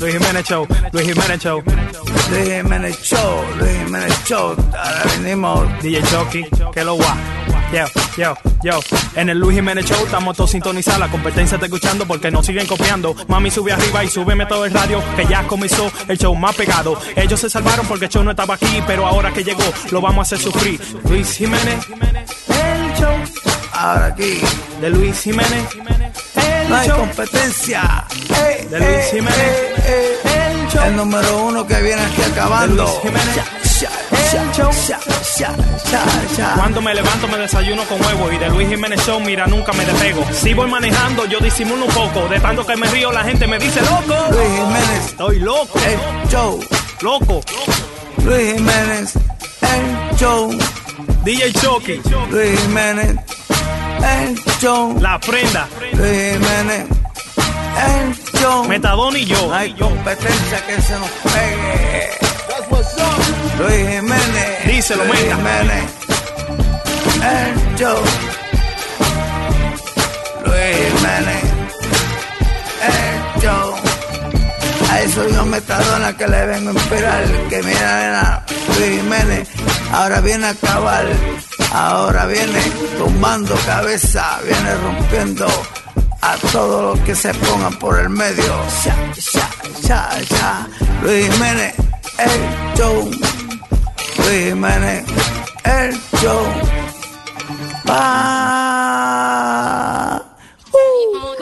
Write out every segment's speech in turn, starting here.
Luis Jiménez Show, Luis Jiménez Show, Luis Jiménez Show, Luis Jiménez Show. Ahora venimos. DJ Chucky, que lo guá. Yo, yo, yo, en el Luis Jiménez Show estamos todos sintonizados, la competencia está escuchando porque nos siguen copiando. Mami sube arriba y súbeme todo el radio que ya comenzó el show más pegado. Ellos se salvaron porque el show no estaba aquí, pero ahora que llegó lo vamos a hacer sufrir. Luis Jiménez, el show Ahora aquí de Luis Jiménez, el no hay show competencia. Eh, de Luis eh, Jiménez, eh, eh. el show. El número uno que viene aquí acabando. De Luis Jiménez. Sha, Dạ, sha, El show. sha, sha, sha, sha. Cuando me levanto me desayuno con huevo y de Luis Jiménez Show mira nunca me despego. Si voy manejando yo disimulo un poco, de tanto que me río la gente me dice loco. Luis Jiménez, Estoy loco, el show. loco. Luis Jiménez, el show. DJ Chucky, Luis Jiménez, el show. La Prenda, Luis Jiménez, el show. Metadón y yo. No hay competencia que se nos pegue. Luis Jiménez. Díselo, Luis venga. Jiménez. El show. Luis Jiménez. El show. A eso yo metadona que le vengo a inspirar. Que mira, nena, Luis Jiménez. Ahora viene a acabar. Ahora viene tumbando cabeza. Viene rompiendo. A todos los que se pongan por el medio. Ya, ya, ya, ya. Luis Jiménez, el show. Luis Jiménez, el show. Pa.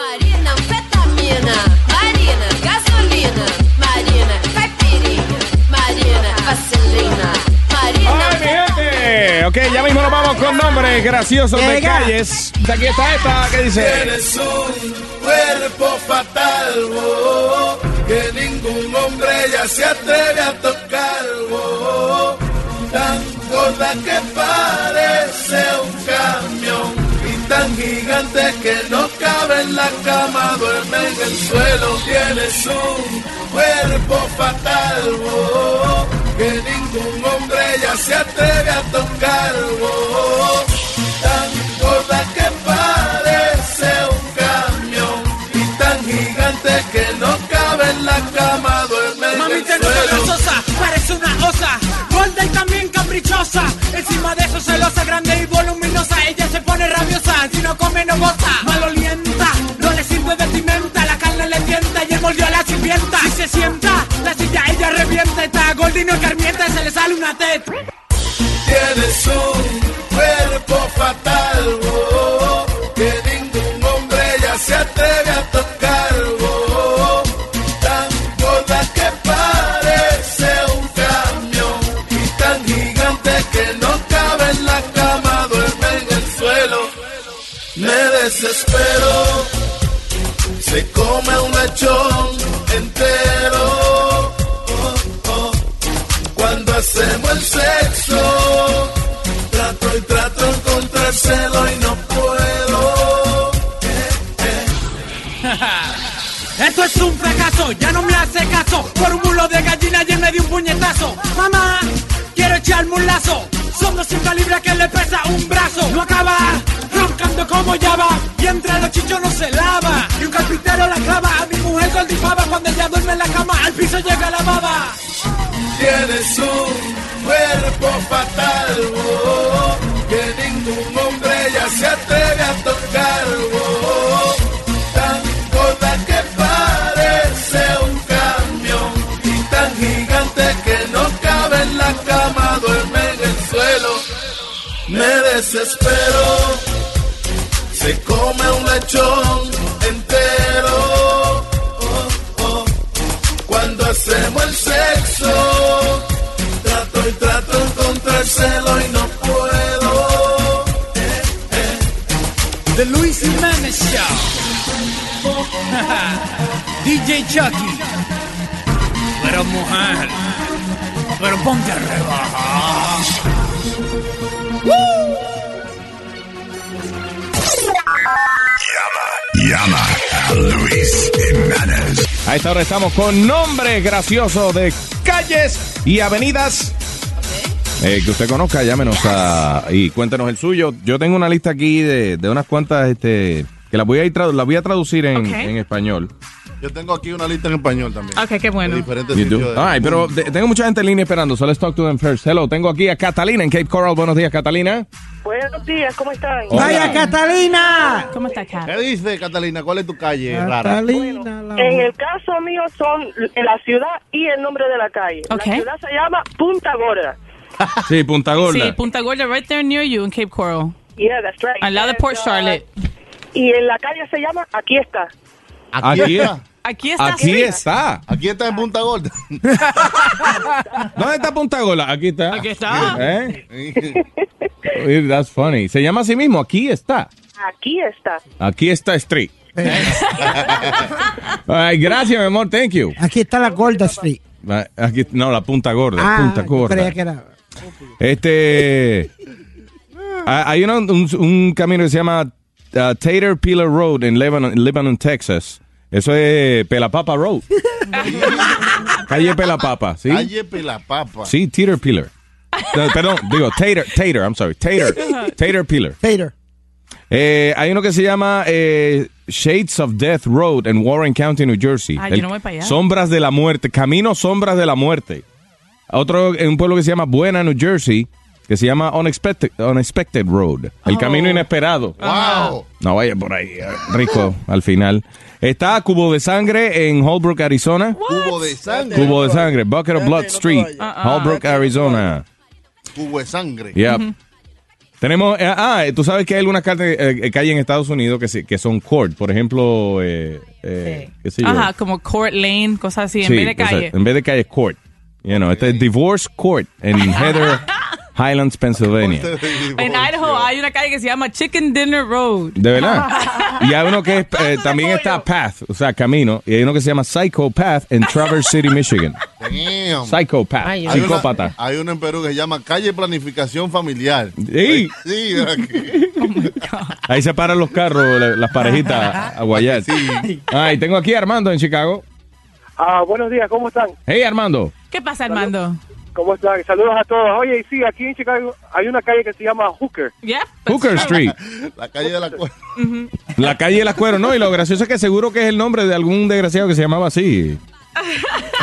Marina, anfetamina. Marina, gasolina. Marina, caipirinha. Marina, vaselina. Marina, ¡Ay, mi gente! Eh, Ok, ya mismo nos vamos con nombres graciosos de Llega. calles. Aquí está esta, ¿qué dice? Eres un cuerpo fatal, oh, que ningún hombre ya se atreve a tocar, oh, tan gorda que parece un camión y tan gigante que no cabe en la cama, duerme en el suelo. Tienes un cuerpo fatal, oh, que ningún hombre ya se atreve a tocar, oh, tan gorda que parece un camión y tan gigante que no cabe en la cama, duerme en Mami, el te noto suelo. grasosa, parece una osa. Gorda y también caprichosa. Encima de eso, celosa, grande y voluminosa. Ella se pone rabiosa, si no come, no goza. Malolienta, no le sirve vestimenta. La carne le tienta y envolvió a la sirvienta. Si se sienta, la silla ella revienta. Está gorda y no carmienta, se le sale una teta. Tienes un cuerpo fatal, oh, oh, que ningún hombre ya se atreve a tocar, oh, oh, tan gorda que parece un camión y tan gigante que no cabe en la cama, duerme en el suelo. Me desespero, se come un lechón entero. oh, oh. Cuando hacemos el sexo, trato y trato de encontrárselo y no puedo. Esto es un fracaso, ya no me hace caso. Por un mulo de gallina ayer me di un puñetazo. Mamá, quiero echarme un lazo. Son 200 libras que le pesa un brazo. No acaba, roncando como llava. Y entre los chichos no se lava. Y un carpintero la clava. A mi mujer goldifaba cuando ella duerme en la cama. Al piso llega la baba. Tienes un cuerpo fatal, oh, oh, que ningún hombre ya se atreve a tocar, oh, oh, tan gorda que parece un camión y tan gigante que no cabe en la cama, duerme en el suelo. Me desespero. se come un lechón entero. Oh, oh. Cuando hacemos el sexo, trato y trato de encontrárselo y no puedo. Eh, eh. The Luis Jiménez Show. DJ Chucky. Pero mujer, pero ponte a rebajar. Llama a Luis Jiménez. A esta hora estamos con nombres graciosos de calles y avenidas. Eh, que usted conozca, llámenos a, y cuéntenos el suyo. Yo tengo una lista aquí de, de unas cuantas este, que las voy a, ir tradu- las voy a traducir en, Ok. en español. Yo tengo aquí una lista en español también. Ok, qué De Ah, bueno. diferentes You sitios. do. del All right, pero mundo. Este de- tengo mucha gente en línea esperando, so let's talk to them first. Hello, tengo aquí a Catalina en Cape Coral. Buenos días, Catalina. Buenos días, ¿cómo están? Hola. ¡Vaya Catalina! ¿Cómo está, Kat? ¿Qué dice, Catalina? ¿Cuál es tu calle rara? Catalina, la- En el caso mío son la ciudad y el nombre de la calle. Ok. La ciudad se llama Punta Gorda. Sí, Punta Gorda. Sí, Punta Gorda, right there near you in Cape Coral. Yeah, that's right. Al lado de Port And, uh, Charlotte. Y en la calle se llama Aquí está. Aquí está. Aquí está. Aquí sí. está. Aquí está en Punta Gorda. ¿Dónde está Punta Gorda? Aquí está. Aquí está. ¿Eh? Uy, That's funny. Se llama así mismo. Aquí está. Aquí está. Aquí está Street. All right, gracias, mi amor. Thank you. Aquí está la Gorda Street. Ah, Ah, Aquí, no, la Punta Gorda. Ah, punta yo Gorda. creía que era- Este. ha- hay una- un, un camino que se llama uh, Tater Pillar Road en Lebanon, Lebanon, Texas. Eso es Pelapapa Road. Calle Pelapapa, ¿sí? Calle Pelapapa. Sí, Tater Pillar. No, perdón, digo Tater, Tater, I'm sorry, Tater, Tater Pillar. Tater. Eh, hay uno que se llama eh, Shades of Death Road en Warren County, New Jersey. Ah, yo no voy pa' allá. Sombras de la muerte, Camino Sombras de la muerte. Otro en un pueblo que se llama Buena, New Jersey, que se llama Unexpected, Unexpected Road, el Oh. camino inesperado. Ah. ¡Wow! No vaya por ahí, eh, rico, al final. Está Cubo de Sangre en Holbrook, Arizona. Cubo de sangre. Este, Cubo de Sangre, Bucket of Blood Street, Ah, Uh-uh. Holbrook, Arizona. Cubo de sangre. Yep. Tenemos, eh, ah, tú sabes que hay algunas calles, eh, calles en Estados Unidos que, se- que son court, por ejemplo, eh, eh, qué sé yo. Ajá, como Court Lane, cosas así, en Sí, vez de o sea, calle. en vez de calle es court. You know, este es Divorce Court en Heather Highlands, Pennsylvania. En Idaho hay una calle que se llama Chicken Dinner Road. De verdad. Y hay uno que es, eh, también está Path, o sea, camino. Y hay uno que se llama Psycho Path en Traverse City, Michigan. Damn. Psycho Path, Ay, Hay una- psicópata. Hay uno en Perú que se llama Calle Planificación Familiar. Sí, Sí, aquí. ahí se paran los carros, la- las parejitas a guayar. Ay, tengo aquí a Armando en Chicago. Ah, buenos días, ¿cómo están? Hey, Armando. ¿Qué pasa, Armando? ¿Cómo están? Saludos a todos. Oye, y sí, aquí en Chicago hay una calle que se llama Hooker. Yep. Hooker Street, La calle de la cuerda. la calle de las cueros, no, y lo gracioso es que seguro que es el nombre de algún desgraciado que se llamaba así.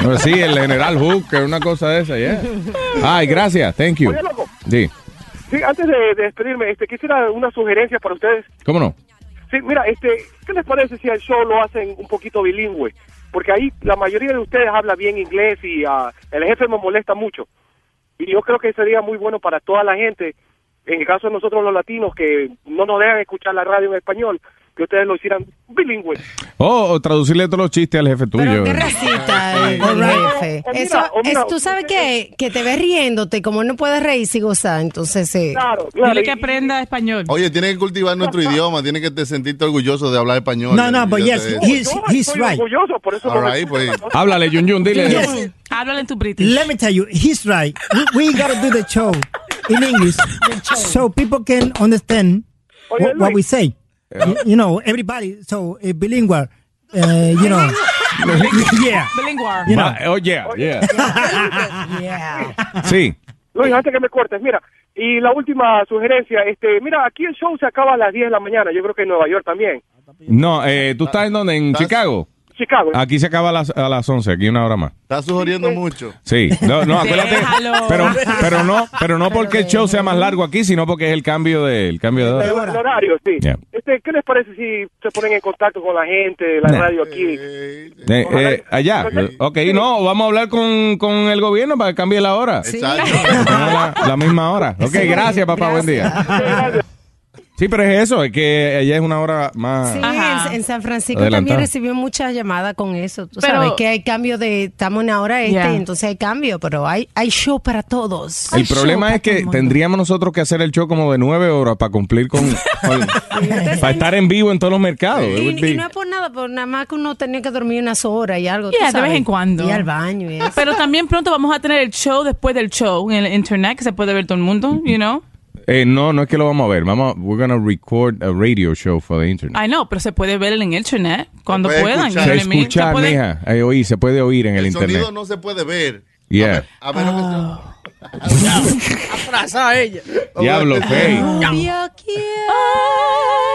No, sí, el general Hooker, una cosa de esa, yeah. Ay, gracias, thank you. Oye, loco. Sí, Sí, antes de, de despedirme, este, quisiera una sugerencia para ustedes. ¿cómo no? Sí, mira, este, ¿qué les parece si el show lo hacen un poquito bilingüe? Porque ahí la mayoría de ustedes habla bien inglés y ah, el jefe me molesta mucho. Y yo creo que sería muy bueno para toda la gente, en el caso de nosotros los latinos que no nos dejan escuchar la radio en español, que ustedes lo hicieran bilingüe. Oh, o traducirle todos los chistes al jefe Pero tuyo. qué racista el jefe. O mira, Eso, o mira, es- tú sabes que, que te ves riéndote, y como no puedes reírse y gozar, entonces eh, Claro, claro. Dile que y- aprenda español. Oye, tienes que cultivar nuestro idioma, tienes que te sentirte orgulloso de hablar español. No, no, but yes, Orgulloso de- he's, Yo he's estoy right. orgulloso, por eso All no me right, pues. Háblale, Yun Yun, dile. Yes. Háblale en tu British. Let me tell you, he's right. We, we gotta do the show in English so people can understand Oye, what, what we Luis. say. You, you know, everybody, so uh, bilingual, uh, you know. yeah. Bilingual. You know. Va- oh, yeah, yeah. yeah. Sí. Luis, antes que me cortes, mira, y la última sugerencia, este, mira, aquí el show se acaba a las 10 de la mañana, yo creo que en Nueva York también, No, eh, ¿tú estás en dónde? ¿En ¿Estás? Chicago? Chicago. Aquí se acaba a las, a las 11, aquí una hora más. Estás sugiriendo mucho. Sí, no, no acuérdate. Déjalo. Pero, pero no, pero no porque el show sea más largo aquí, sino porque es el cambio de, el cambio de hora. El horario, sí. Yeah. Este, ¿Qué les parece si se ponen en contacto con la gente, la Nah. radio aquí? Eh, eh, Eh, eh, allá. Ojalá. Ok, no, vamos a hablar con, con el gobierno para que cambie la hora. Exacto. Tenemos La, la misma hora. Ok, gracias, papá. Buen día. Sí, pero es eso, es que allá es una hora más. Sí, Ajá. en, en San Francisco Adelantado. también recibió muchas llamadas con eso. Tú Pero- sabes que hay cambio de, estamos en ahora este, Yeah. y entonces hay cambio, pero hay, hay show para todos. El Hay show problema para es todo el que mundo. tendríamos nosotros que hacer el show como de nueve horas para cumplir con. con- para estar en vivo en todos los mercados. It would Y, be- y no es por nada, por nada más que uno tenía que dormir unas horas y algo. tú Yeah, de sabes. vez en cuando. Y al baño y eso. Pero también pronto vamos a tener el show después del show en el internet que se puede ver todo el mundo, you know. Eh, no, no es que lo vamos a ver. Vamos, a- we're gonna record a radio show for the internet. I know, pero se puede ver en el internet cuando puede puedan. escuchar. you se know what I mean? escucha, Se puede- mija. Eh, oí, se puede oír en el, El internet. sonido no se puede ver. Yeah. A ver, a ver lo que sea. Ah. Diablo, Vamos a ver qué Fey. Rubia, ¿quién?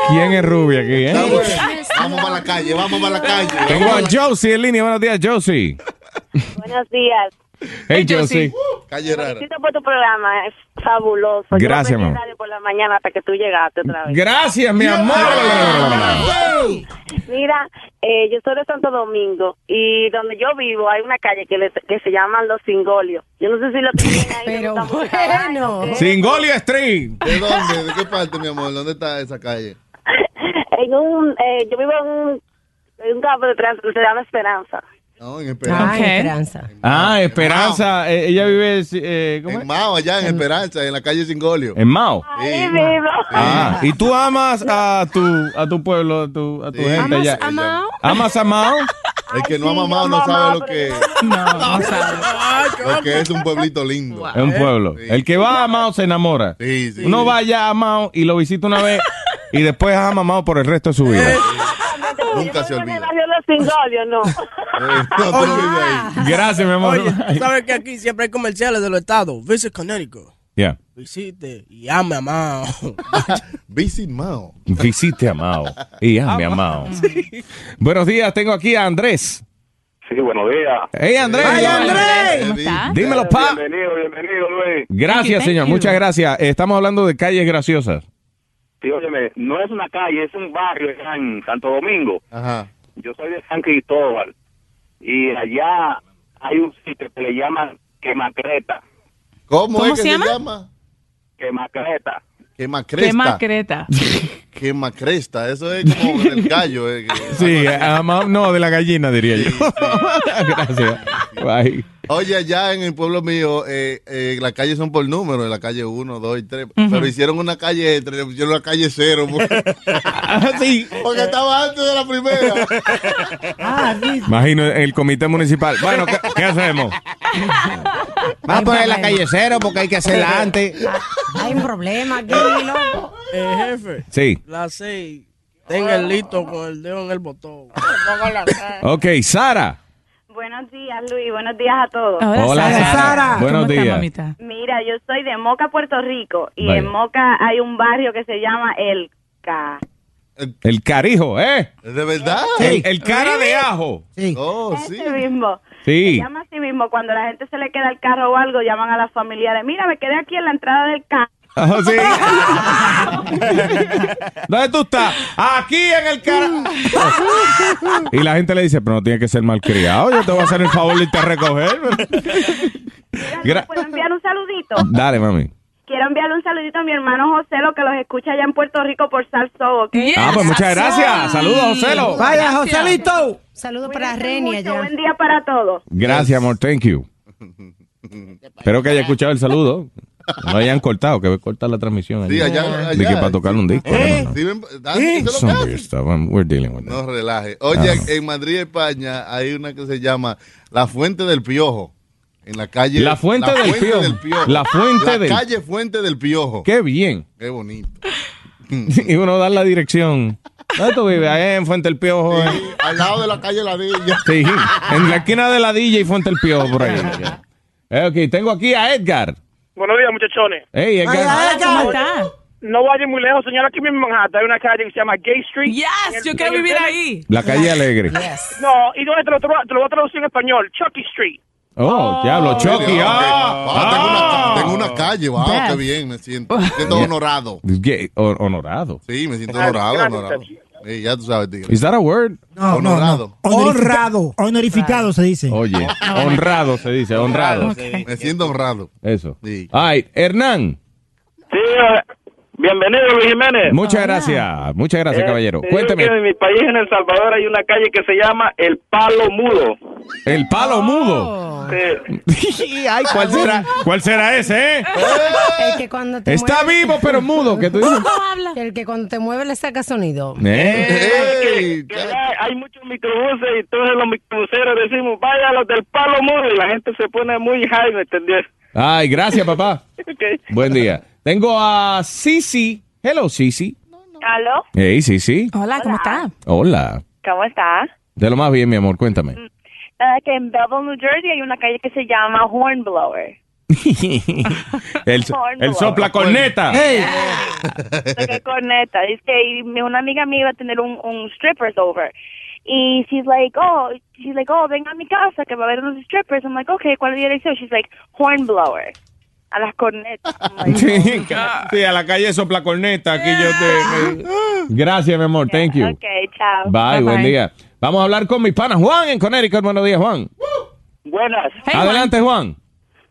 ¿Quién es rubia aquí, eh? sea. Ah, Está bueno. Vamos para la calle, vamos para la calle. Tengo Vamos a pa' la- Josie en línea. Buenos días, Josie. Buenos días. Hey, Josie. Calle Rara. Uh, Felicito por tu programa, es fabuloso. Yo Gracias, me quedé mamá. tarde por la mañana hasta que tú llegaste otra vez. Gracias, mi amor. Mira, eh, yo soy de Santo Domingo y donde yo vivo hay una calle que, le- que se llama Los Cingolios. Yo no sé si lo tienen ahí. Pero bueno. Singolio Street. ¿De dónde? ¿De qué parte, mi amor? ¿Dónde está esa calle? En un, eh, yo vivo en un, en un campo de trans que se llama Esperanza. No, en Esperanza. Ah, en Esperanza. Ah, Esperanza. Eh, ella vive eh, ¿cómo en Mao, allá en Esperanza, en la calle Singolio. en Mao. Sí. vivo. Ah, y tú amas a tu, a tu pueblo, a tu, a tu gente allá. Mao? ¿Amas a Mao? El que no ama a Mao no sabe lo que Lo que es un pueblito lindo. Es un pueblo. El que va a Mao se enamora. Uno va allá a Mao y lo visita una vez y después ama a Mao por el resto de su vida. Nunca se En el olvida. barrio Los Cingolios, no. Eh, Gracias, mi amor. Oye, Ah. ¿sabes que aquí siempre hay comerciales de los estados? Visit Connecticut. Yeah. Visite y ame a Mao. Visit Mao. Visite a Mao y ame a Mao. Buenos días, tengo aquí a Andrés. Sí, buenos días. Hey, Andrés. Ay, Andrés. ¿Cómo estás? Dímelo, pa. Bienvenido, bienvenido, Luis. Gracias, señor. Muchas gracias. Estamos hablando de calles graciosas. Sí, óyeme, no es una calle, es un barrio acá en Santo Domingo. Ajá. Yo soy de San Cristóbal. Y allá hay un sitio que le llaman Quemacreta. ¿Cómo, ¿Cómo es que se se llama? llama? Quemacreta. Quemacresta. Quemacreta. Quemacresta. Eso es como el gallo. eh, que- Sí, a Mao, no, de la gallina, diría yo. Gracias. Bye. Oye, allá en el pueblo mío, eh, eh, las calles son por número, la calle 1, 2 y 3. Pero hicieron una calle 3, hicieron la calle pues. 0. Porque, porque estaba antes de la primera. Ah, Imagino el comité municipal. Bueno, ¿qué, qué hacemos? Va a poner la calle cero porque hay que hacerla antes. Ah, Hay un problema aquí, loco. Eh, jefe. Sí. La 6. Tenga el listo con el dedo en el botón. Ok, Sara. Buenos días, Luis. Buenos días a todos. Hola, Sara. Sara. Buenos ¿Cómo está, días. mamita? Mira, yo soy de Moca, Puerto Rico. Y Vale. en Moca hay un barrio que se llama El Ca. El carijo, ¿eh? ¿De verdad? El, el cara de ajo. Sí. Oh, sí. Ese mismo. Sí. Se llama así mismo. Cuando la gente se le queda el carro o algo, llaman a las familiares. Mira, me quedé aquí en la entrada del Ca. Ah, sí. ¿Dónde tú estás? Aquí en el cara. Y la gente le dice, pero no tiene que ser malcriado. Yo te voy a hacer el favor de irte a recoger. Gra- ¿Puedo enviar un saludito? Dale, mami. Quiero enviarle un saludito a mi hermano José, lo que los escucha allá en Puerto Rico por Salso. Ah, pues muchas gracias. Saludos, Joselo. Vaya, Joselito. Saludos para Renia ya. Buen día para todos. Gracias, amor. Thank you. Espero que haya escuchado el saludo. No hayan cortado, que voy a cortar la transmisión. Sí, allí. allá, De que allá. para tocar un disco. ¿Eh? no, no. Sí, ven- ah, eso es lo que Some weird stuff. I'm- We're dealing with that. No relaje. Oye, Ah. en Madrid, España, hay una que se llama La Fuente del Piojo. En la calle. La Fuente del Piojo. La Fuente La del- calle Fuente del Piojo. Qué bien. Qué bonito. y uno da la dirección. ¿Dónde tú vives? Ahí en Fuente el Piojo. eh. Al lado de la calle Ladilla. Sí, en la esquina de la DJ y Fuente el Piojo por ahí. Eh, ok, tengo aquí a Edgar. Buenos días, muchachones. Hey, Edgar. ¿Cómo está? No vayan muy lejos, señora. Aquí mismo en Manhattan hay una calle que se llama Gay Street. En el- Yo quiero en el vivir centro- ahí. La calle alegre. No, ¿y dónde te lo, tra- te lo voy a traducir en español? Chucky Street. Oh, diablo, Chucky. Ah, tengo, una, tengo una calle. Wow, qué bien. Me siento, me siento Yeah. honorado. Gay- hon- Honorado. Sí, me siento Gracias, honorado. gracias, honorado. Sí, ya tú sabes, tío. ¿Is that a word? No, no, Honorado. no. Honorificado. Honorificado se dice. Oye, honrado se dice, honrado. Sí, Me siento honrado. Eso. All right, Hernán. Sí, eh, bienvenido, Luis Jiménez. Muchas gracias, muchas gracias, Eh, caballero. te digo Cuénteme, que en mi país, en El Salvador, hay una calle que se llama El Palo Mudo. el palo mudo. Sí. Ay, ¿cuál será? Este ¿Cuál será ese, eh? El que cuando te Está mueve- vivo, pero mudo. ¿Qué tú dices? El que cuando te mueve le saca sonido. Eh, que- que hay- hay muchos microbuses y entonces los microbuseros decimos, vaya los del Palo Mudo y la gente se pone muy high, ¿me entendés? Ay, gracias, papá. Ok. Buen día. Tengo a Sisi. Hello, Sisi. ¿Aló? Hey, Sisi. Hola, ¿cómo está? Hola. ¿Cómo está? De lo más bien, mi amor, cuéntame. Nada, que en Belleville, New Jersey hay una calle que se llama Hornblower. el, el sopla corneta. Toqué corneta. Dice que y me- una amiga mía iba a tener un, un strippers over. Y she's like, oh, she's like, oh, venga a mi casa que va a haber unos strippers. I'm like, okay, ¿cuál es la dirección? She's like, Hornblower. A las cornetas. I'm like, Sí, ca- sí, a la calle sopla corneta. Aquí yo te. Gracias, mi amor. Thank you. okay, chao. Bye, buen día. Vamos a hablar con mi pana Juan en Connecticut. Buenos días, Juan. Buenas. Adelante, Juan.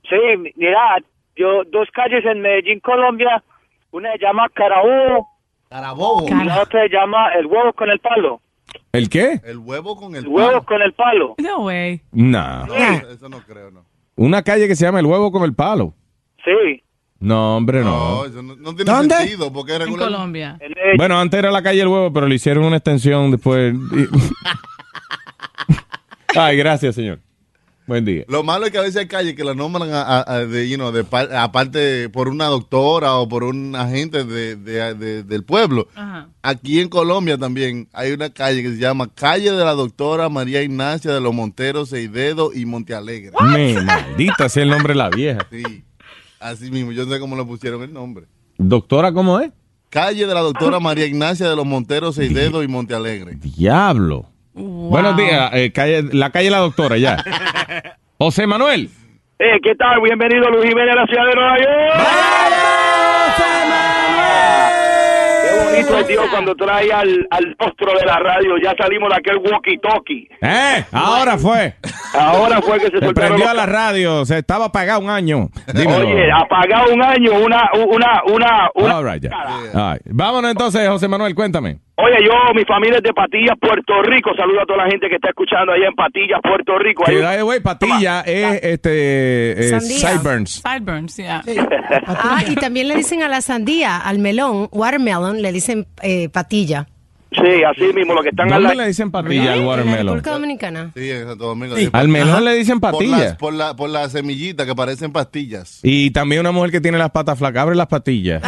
Sí, mira, yo dos calles en Medellín, Colombia. Una se llama Carabobo. Carabobo. Y la otra se llama El Huevo con el Palo. ¿El qué? El Huevo con el Palo. Huevo con el Palo. No way. No. Una calle que se llama El Huevo con el Palo. Sí. No, hombre, no. No, eso no, no tiene ¿Dónde? sentido. Porque en Colombia. Bueno, antes era la calle El Huevo, pero le hicieron una extensión después. Ay, gracias, señor. Buen día. Lo malo es que a veces hay calles que la nombran a- a- a- de, you know, de par- aparte por una doctora o por un agente de, de- de- del pueblo. Aquí en Colombia también hay una calle que se llama Calle de la Doctora María Ignacia de los Monteros, Seidedo y Montealegre. Me maldita sea el nombre de la vieja. Sí, así mismo. Yo no sé cómo le pusieron el nombre. Doctora, ¿cómo es? Calle de la Doctora María Ignacia de los Monteros, Seidedo y Montealegre. Diablo. Buenos días. eh, calle- la calle La Doctora, ya. José Manuel. Eh, ¿qué tal? Bienvenido Luis Jiménez a la ciudad de Nueva York. Qué bonito es Dios cuando trae al, al rostro de la radio. Ya salimos de aquel walkie-talkie. ¡Eh! Ahora fue. Ahora fue que se Se soltaron prendió los- a la radio. Se estaba apagado un año. Dímelo. Oye, apagado un año, una, una, una, una. All right, ya. All right. Vámonos entonces, José Manuel, cuéntame. Oye, yo, mi familia es de Patillas, Puerto Rico. Saludo a toda la gente que está escuchando allá en Patillas, Puerto Rico. Que, Ahí- by the way, patilla es este eh, sideburns. Sideburns, yeah. Ah, y también le dicen a la sandía, al melón, watermelon, le dicen eh, patilla. Sí, así mismo, lo que están ¿Dónde al- le dicen patilla al watermelon? República Dominicana. Sí, en Santo Domingo. Sí. Al melón le dicen Por patilla. las, por la- por las semillitas que parecen pastillas. Y también una mujer que tiene las patas flacas. Abre las patillas.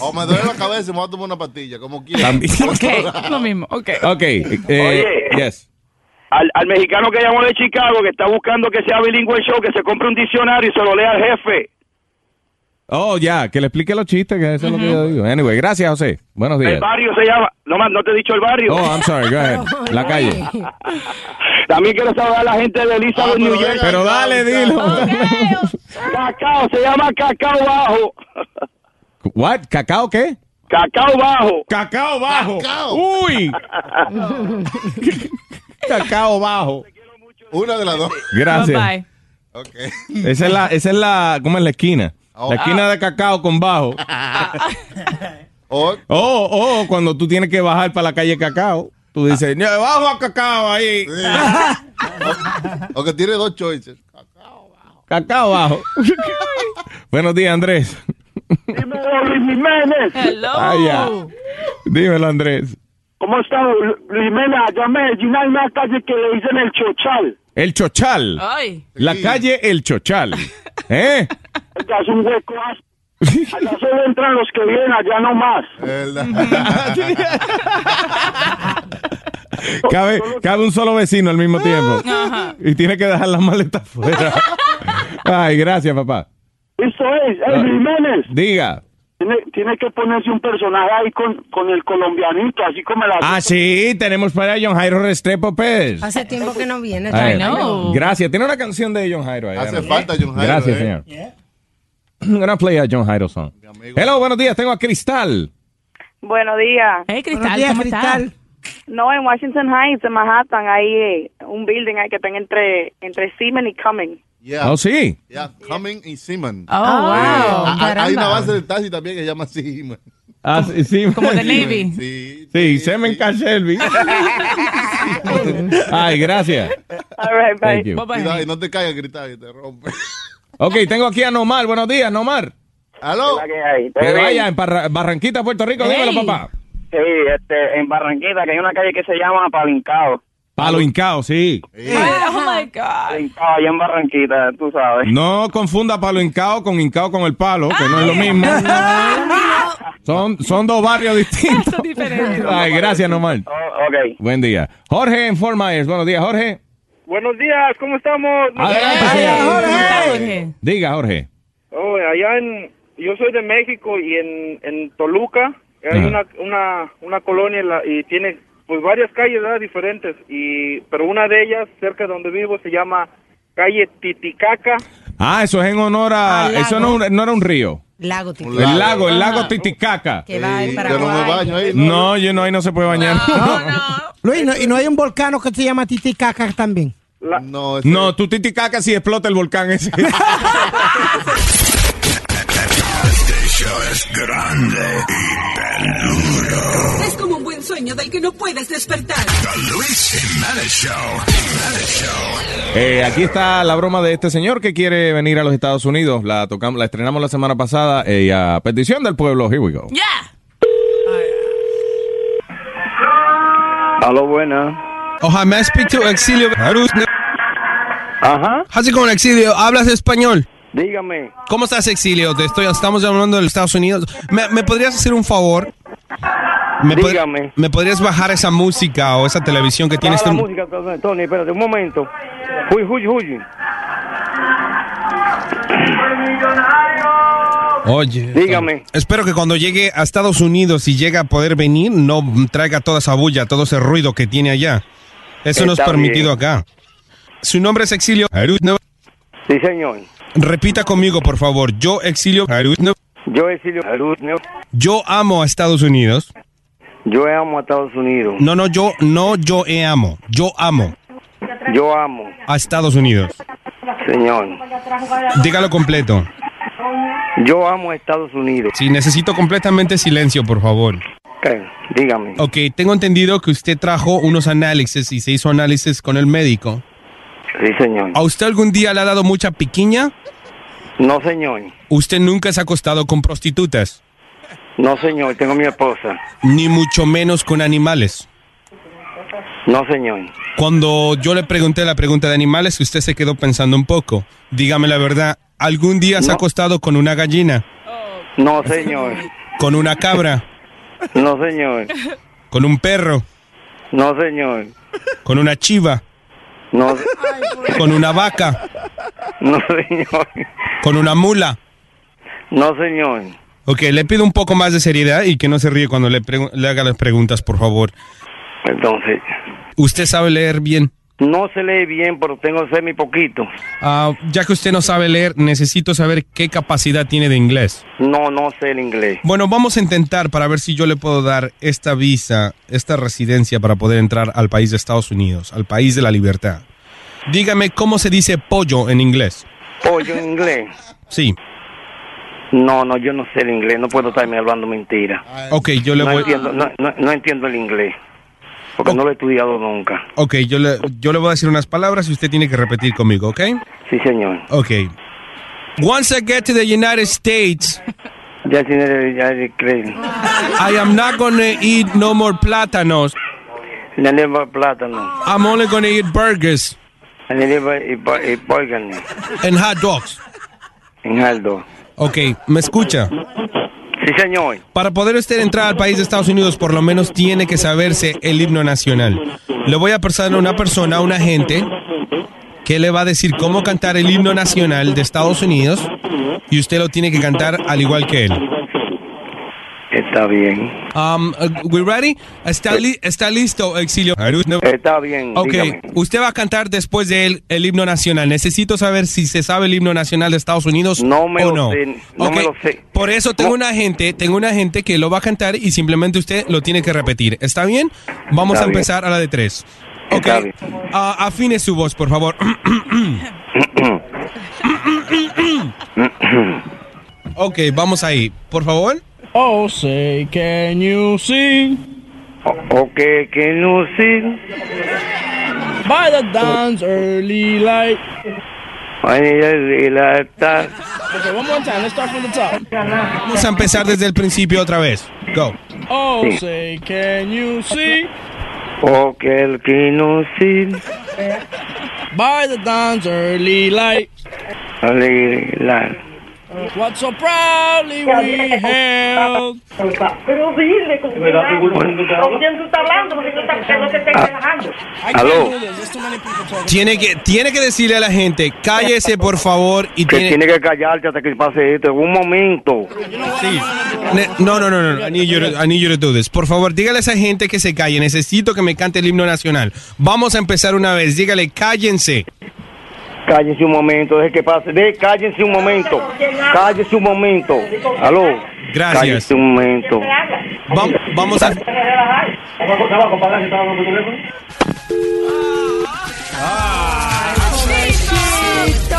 O me duele la cabeza y me voy a tomar una pastilla, como quieras. También. Ok, lo mismo, ok. Ok. eh, Oye. yes. al, al mexicano que llamó de Chicago, que está buscando que sea bilingüe el show, que se compre un diccionario y se lo lea al jefe. Oh, ya, que le explique los chistes, que eso es lo que yo digo. Anyway, gracias, José. Buenos El días. barrio se llama. No más, no te he dicho el barrio. Oh, I'm sorry, go ahead. La calle. También quiero saludar a la gente de Elizabeth, New York. Pero dale, dilo. Cacao, se llama Cacao Bajo. What? ¿Cacao qué? Cacao Bajo. Cacao Bajo. Uy. Cacao Bajo. Una de las dos. Gracias. Okay. Esa es la, esa es la, ¿cómo es la esquina? Oh. La esquina de cacao con bajo. Oh, oh, cuando tú tienes que bajar para la calle cacao, tú dices, "No, bajo a cacao ahí. O que tiene dos choices. Cacao bajo. Buenos días, Andrés. Dímelo, Luis Jiménez. Ah, ya. Dímelo, Andrés. ¿Cómo está Lu- Luis Jiménez? Allá en Medellín hay una calle que le dicen el Chochal. El Chochal. Ay. La calle El Chochal. ¿Eh? Allá es un hueco áspero. Allá solo entran los que vienen, allá no más. Cabe, cabe un solo vecino al mismo tiempo. Ah, Y tiene que dejar las maletas fuera. Ay, gracias, papá. Eso es, eh, Luis Jiménez. Diga. Tiene, tiene que ponerse un personaje ahí con, con el colombianito, así como la... Ah, sí, tenemos para John Jairo Restrepo Pérez. Ah, Hace tiempo que no viene. Ay, Jairo. Gracias. Tiene una canción de John Jairo. ahí, Hace ¿no? falta John Jairo, Gracias, eh. señor. I'm gonna play a John Jairo song. Hello, buenos días. Tengo a Cristal. Buenos días. Hey, Cristal, ¿cómo No, en Washington Heights, en Manhattan, hay eh, un building ahí que están entre, entre Siemens y Cumming. Yeah. Oh, sí. Yeah, Cumming y Seaman. Oh, wow. Eh, hay- Hay Caramba. una base de taxi también que se llama Seaman. Ah, sí, sí. Como de Navy. Sí. Sí, se me encarga Shelby. Ay, gracias. All right, bye. Thank you. Bye-bye, Cuidado, y no te caigas gritar que te rompe. Ok, tengo aquí a Nomar. Buenos días, Nomar. ¿Aló? Que bien? vaya en Barra- Barranquita, Puerto Rico. Dímelo, papá. Sí, este, en Barranquita, que hay una calle que se llama Palincao. Palo hincao, sí. Oh my God. Palincao, allá en Barranquita, tú sabes. No confunda palo hincao con hincao con el palo, que no es lo mismo. Son, son dos barrios distintos. Ay, gracias, Nomar. Oh, ok. Buen día. Jorge en Fort Myers. Buenos días, Jorge. Buenos días, ¿cómo estamos? Diga, Jorge. Oh, allá en, yo soy de México y en, en Toluca hay Ajá. una, una, una colonia en la- y tiene pues varias calles ¿verdad? diferentes y pero una de ellas cerca de donde vivo se llama calle Titicaca. Ah, eso es en honor a... Al lago. Eso no, no era un río. Lago El lago, el lago Titicaca. Que va para yo no me baño ahí. No, yo no, ahí no se puede bañar. Luis, ¿no- ¿y no hay un volcán que se llama Titicaca también? No, no, tu Titicaca si explota el volcán ese. Este show es grande y peludo. Es como un buen sueño del que no puedes despertar. The Luis Jimenez Show. Jimenez Show. Eh, aquí está la broma de este señor que quiere venir a los Estados Unidos. La tocamos, la estrenamos la semana pasada eh, y a petición del pueblo. Here we go. Aló, buena. Oh, hi, may I speak to Exilio Verus? Ajá. How's it going, Exilio? ¿Hablas español? Dígame. ¿Cómo estás, Exilio? Te estoy, estamos llamando de Estados Unidos. ¿Me, me podrías hacer un favor? ¿Me pod- Dígame. ¿Me podrías bajar esa música o esa televisión que este tienes? Baja la tan- música, Tony, Tony, espérate un momento. Huy, huy, huy. Oye. Dígame. Espero que cuando llegue a Estados Unidos y llegue a poder venir, no traiga toda esa bulla, todo ese ruido que tiene allá. Eso no es Está permitido bien. acá. Su nombre es Exilio Verus. Sí, señor. Repita conmigo, por favor. Yo exilio. Yo Exilio Verus. Yo amo a Estados Unidos. Yo amo a Estados Unidos. No, no, yo no, yo he amo. Yo amo Yo amo, a Estados Unidos. señor. Dígalo completo. Yo amo a Estados Unidos. Sí, necesito completamente silencio, por favor. Ok, dígame. Ok, tengo entendido que usted trajo unos análisis y se hizo análisis con el médico. Sí, señor. ¿A usted algún día le ha dado mucha piquiña? No, señor. ¿Usted nunca se ha acostado con prostitutas? No, señor. Tengo mi esposa. Ni mucho menos con animales. No, señor. Cuando yo le pregunté la pregunta de animales, usted se quedó pensando un poco. Dígame la verdad, ¿algún día se ha acostado con una gallina? No, señor. ¿Con una cabra? No, señor. ¿Con un perro? No, señor. ¿Con una chiva? No, ¿Con una vaca? no, señor. ¿Con una mula? No, señor. Ok, le pido un poco más de seriedad y que no se ríe cuando le, pregu- le haga las preguntas, por favor. Entonces. ¿Usted sabe leer bien? No se lee bien, pero tengo semi poquito. Ah, ya que usted no sabe leer, necesito saber qué capacidad tiene de inglés. No, no sé el inglés. Bueno, vamos a intentar para ver si yo le puedo dar esta visa, esta residencia para poder entrar al país de Estados Unidos, al país de la libertad. Dígame cómo se dice pollo en inglés. Pollo Oh, en inglés. Sí. No, no, yo no sé el inglés, no puedo estarme hablando mentira. Ok, yo le no voy- Entiendo, no, no- no entiendo el inglés, porque no lo he estudiado nunca. Ok, yo le, yo le voy a decir unas palabras y usted tiene que repetir conmigo, ¿ok? Sí, señor. Ok. Once I get to the United States, Ya tiene el- ya el inglés. I am not gonna eat no more plátanos. I never plátano. I'm only gonna eat burgers I never eat bu- eat burger and hot dogs. en Aldo. Ok, ¿me escucha? Sí, señor. Para poder usted entrar al país de Estados Unidos, por lo menos tiene que saberse el himno nacional. Le voy a pasar a una persona, a un agente, que le va a decir cómo cantar el himno nacional de Estados Unidos y usted lo tiene que cantar al igual que él. Está bien. Um, uh, we ready? Está, li- está listo, Exilio. Está bien. Ok, dígame. usted va a cantar después de él el himno nacional. Necesito saber si se sabe el himno nacional de Estados Unidos No me o lo no. sé, no Ok, me lo sé. Por eso tengo una gente, tengo una gente que lo va a cantar y simplemente usted lo tiene que repetir. ¿Está bien? Vamos Está a bien. empezar a la de tres. Ok, Está bien. ah, afine su voz, por favor. ok, vamos ahí, por favor. Oh, say, can you sing Okay, can you sing? by the dawn's early light? I need a está. Okay, one more time. Let's start from the top. Vamos a empezar desde el principio otra vez. Go. Oh, Sí. say, can you sing Okay, can you sing? by the dawn's early light? I need a What so proudly we held. Pero dile, con Me da cuidado. figura cuando te ¿Con quién tú estás hablando? Porque tú estás que no te estés relajando. Aló. Aló. Tiene que, tiene que decirle a la gente, cállese por favor. Y Que tiene que callarte hasta que pase esto. En un momento. Ne- No, no, no, no. no. I need, you to, I need you to do this. Por favor, dígale a esa gente que se calle. Necesito que me cante el himno nacional. Vamos a empezar una vez. Dígale, cállense. Cállense un momento, deje que pase. De, cállense un momento. Cállense un momento. Aló. Gracias. Cállense un momento. vamos a.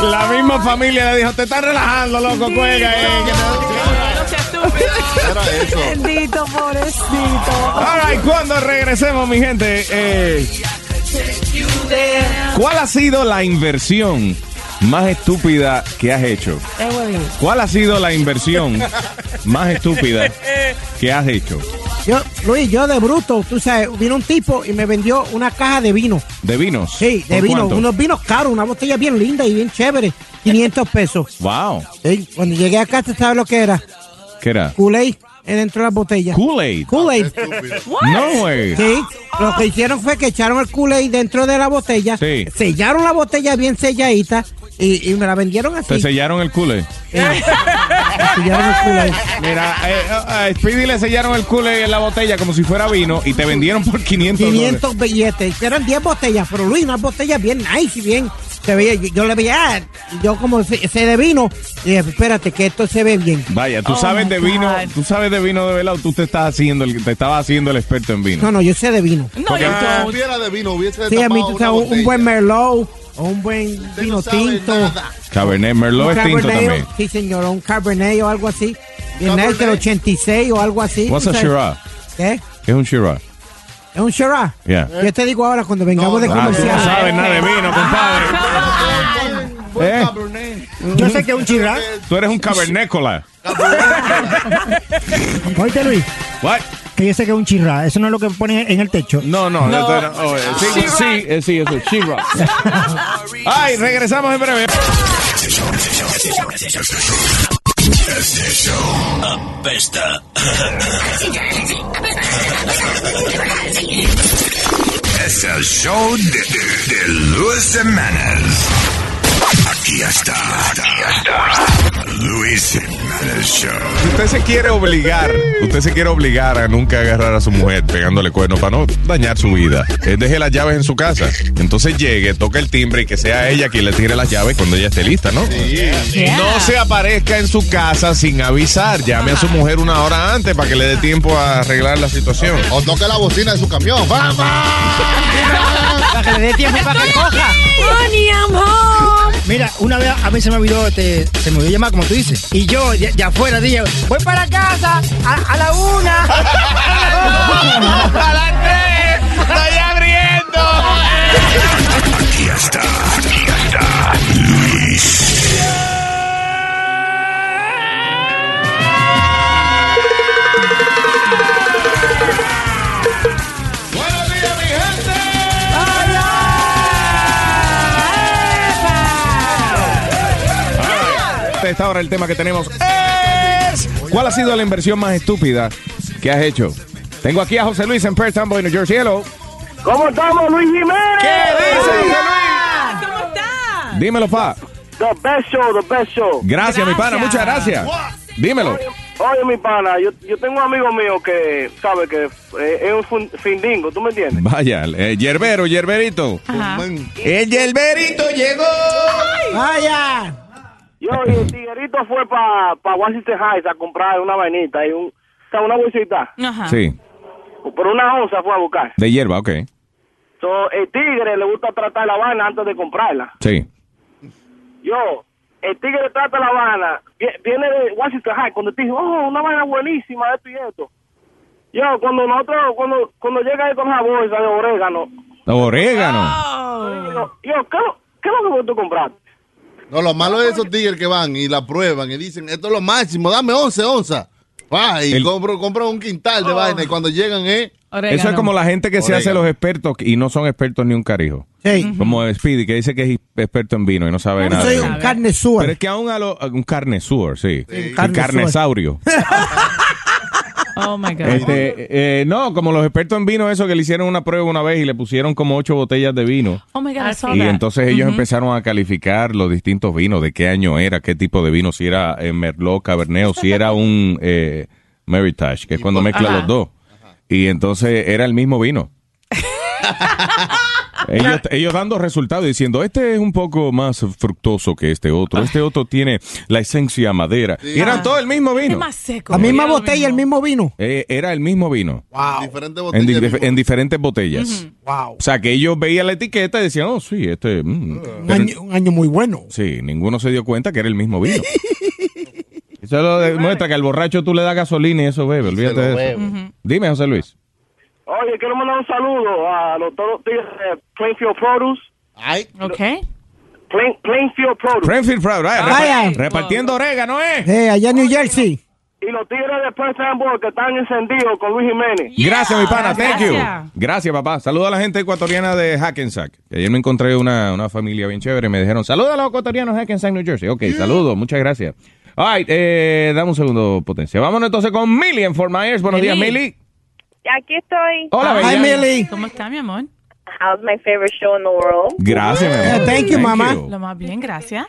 La misma familia le dijo, te estás relajando, loco, cuelga. eh, Bendito, pobrecito. All right, cuando regresemos, mi gente, eh, ¿cuál ha sido la inversión más estúpida que has hecho? Es huevín. ¿Cuál ha sido la inversión más estúpida que has hecho? Yo, Luis, yo de bruto, tú sabes, vino un tipo y me vendió una caja de vino. ¿De vinos? Sí, de ¿Por vino, cuánto? unos vinos caros, una botella bien linda y bien chévere, 500 pesos. Wow, Sí, cuando llegué acá, ¿tú sabes lo que era? ¿qué era? Kool-Aid eh, dentro de la botella. Kool-Aid. Kool-Aid. No way. Sí, lo que hicieron fue que echaron el Kool-Aid dentro de la botella, Sí. sellaron la botella bien selladita y, y me la vendieron Te así. sellaron el culé. sellaron el Kool-Aid. Mira, eh, a Speedy le sellaron el culé en la botella como si fuera vino y te vendieron por 500 dólares. 500 billetes, que eran 10 botellas, pero Luis, unas botellas bien nice y bien. Se veía, yo, yo le veía, ah, yo como se, se de vino, y dije, espérate, que esto se ve bien. Vaya, tú Oh, sabes my de God. vino, tú sabes de vino de velado, tú te estás haciendo el, te estabas haciendo el experto en vino. No, no, yo sé de vino. No, yo no. Si hubiera de vino, hubiese Sí, a mí, tapado tú una sabes, un- un botella. buen merlot, o un buen vino tinto. Cabernet Merlot un es tinto Cabernet, también. Sí, señor, un Cabernet o algo así. Bien nice, del 86 o algo así. What's tú a sabes. Shiraz? ¿Qué? ¿Qué es un Shiraz? ¿Es un Shiraz? Yeah. Yo te digo ahora, cuando vengamos de Ah, tú no comercial. sabes nada de vino, compadre. Eh, Yo sé que es un Shiraz. Tú eres un cabernécola. Oíste, Luis. What? Que yo sé que es un chirra. Eso no es lo que ponen en el techo. No, no, esto era- oh, eh, sí, sí, eh, sí, eso, Shiraz. Ay, regresamos en breve. Este show apesta. Es el show de, de, de Luis Jiménez. Aquí está. Aquí está. Luis Jiménez Show. Si usted se quiere obligar, usted se quiere obligar a nunca agarrar a su mujer pegándole cuerno para no dañar su vida. Eh, Deje las llaves en su casa. Entonces llegue, toque el timbre y que sea ella quien le tire las llaves cuando ella esté lista, ¿no? No se aparezca en su casa sin avisar. Llame a su mujer una hora antes para que le dé tiempo a arreglar la situación. O toque la bocina de su camión. Para que le dé tiempo para que coja. Mira, una vez a mí se me olvidó, este, se me olvidó llamar, como tú dices. Y yo, de, de afuera, dije, voy para casa a, a la una. ¡A las tres! ¡Estoy abriendo! Aquí está. Aquí está. Luis. A esta hora el tema que tenemos es ¿Cuál ha sido la inversión más estúpida que has hecho? Tengo aquí a José Luis en Perth Amboy, New Jersey. Hello. ¿Cómo estamos, Luis Jiménez? ¿Qué dice, Dímelo, pa. The best show, the best show. Gracias, mi pana, muchas gracias. Dímelo. Oye, mi pana, yo, yo tengo un amigo mío que, sabe, que eh, es un fun- findingo, ¿tú me entiendes? Vaya, eh, yerbero, yerberito. El yerberito llegó. ¡Vaya! Yo, y el tiguerito fue para pa Washington Heights a comprar una vainita y un, o sea, una bolsita. Sí, Pero una onza fue a buscar. de hierba, ok. So, el tigre le gusta tratar la vaina antes de comprarla. Sí. Yo, el tigre trata la vaina, vie- viene de Washington High, cuando te dice, oh, una vaina buenísima, esto y esto. Yo, cuando nosotros, cuando, cuando llega ahí con la bolsa de orégano, Orégano. yo digo, yo, ¿qué, lo- qué es lo que tú compraste? No, lo malo es esos tigres que van y la prueban y dicen, esto es lo máximo, dame 11 onzas. Va, y compro, compro un quintal de vaina y cuando llegan, eh. Eso es como la gente que se hace los expertos y no son expertos ni un carijo. Como Speedy, que dice que es experto en vino y no sabe nada. soy de un vino. carne Pero suave. es que aún a lo- a un carnesur, sí. Sí, Un carnesur. carnesaurio. Oh my God. Este, eh, no, como los expertos en vino, eso que le hicieron una prueba una vez y le pusieron como ocho botellas de vino. Oh my God, I saw Y that. entonces ellos Ujú. empezaron a calificar los distintos vinos, de qué año era, qué tipo de vino, si era eh, Merlot, Cabernet, o si era un eh, Meritage, que es cuando mezcla Ajá. los dos. Y entonces era el mismo vino. ellos, ellos dando resultados y diciendo, este es un poco más fructuoso que este otro, este otro tiene la esencia madera. Y eran todos el mismo vino. Ah. Es más seco. La misma Era lo botella, el mismo vino. Eh, era el mismo vino. Diferente En, botella. di- en diferentes botellas. Wow. O sea, que ellos veían la etiqueta y decían, oh, sí, este... mm". Un Pero- año, un año muy bueno. Sí, ninguno se dio cuenta que era el mismo vino. Eso lo demuestra que al borracho tú le das gasolina y eso bebe, olvídate lo de eso. bebe. Ujú. Dime, José Luis. Oye, quiero mandar un saludo a los toros tigres de Plainfield Produce. Ay. Ok. Plain, Plainfield Produce. Renfield Proud, ay, Vaya. eh, repa- repartiendo orégano, ¿eh? Eh, allá en New Jersey. Y los tigres de Preston que están encendidos con Luis Jiménez. Gracias, mi pana, thank you. Gracias. Gracias, papá. Saluda a la gente ecuatoriana de Hackensack. Que Ayer me encontré una, una familia bien chévere y me dijeron, saluda a los ecuatorianos de Hackensack, New Jersey. Ok, saludos, muchas gracias. All right, eh, dame un segundo, potencia. Vámonos entonces con Millie en Fort Myers. Buenos días, Millie. Millie. Aquí estoy. Hola, bella. ¿Cómo está, mi amor? How's my favorite show in the world? Gracias, mi amor. you. Lo más bien, gracias.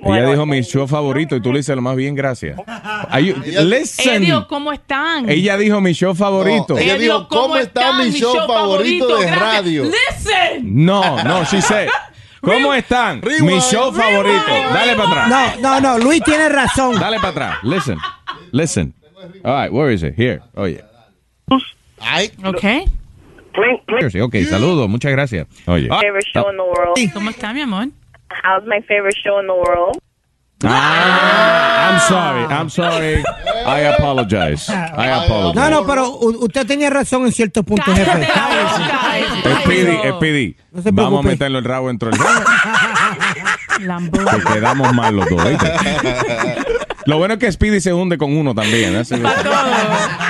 Ella dijo mi show favorito y tú le dices lo más bien, gracias. Are you- listen. Ella dijo, ¿cómo están? Ella dijo mi show favorito. No, Oh, ella dijo, ¿cómo está mi show favorito de Gracias. radio? Listen. No, no, she said. ¿Cómo están? Mi show favorito. Dale para atrás. No, no, no, Luis tiene razón. Dale para atrás. Listen. Listen. All right, where is it? Here. Oh, yeah. Ay. Ok. Jersey. Ok, saludos. Muchas gracias. Oh, Oye. Favorite show in the world. ¿Cómo está, mi amor? How's my favorite show in the world? Ah, I'm sorry. I'm sorry. I apologize. I apologize. No, pues, no, pero u- usted tenía razón en cierto punto, jefe. Speedy, Speedy. Vamos a meterlo el rabo dentro del rabo. Te quedamos mal los dos. ¿oíste? Lo bueno es que Speedy se hunde con uno también. ¿eh? Sí.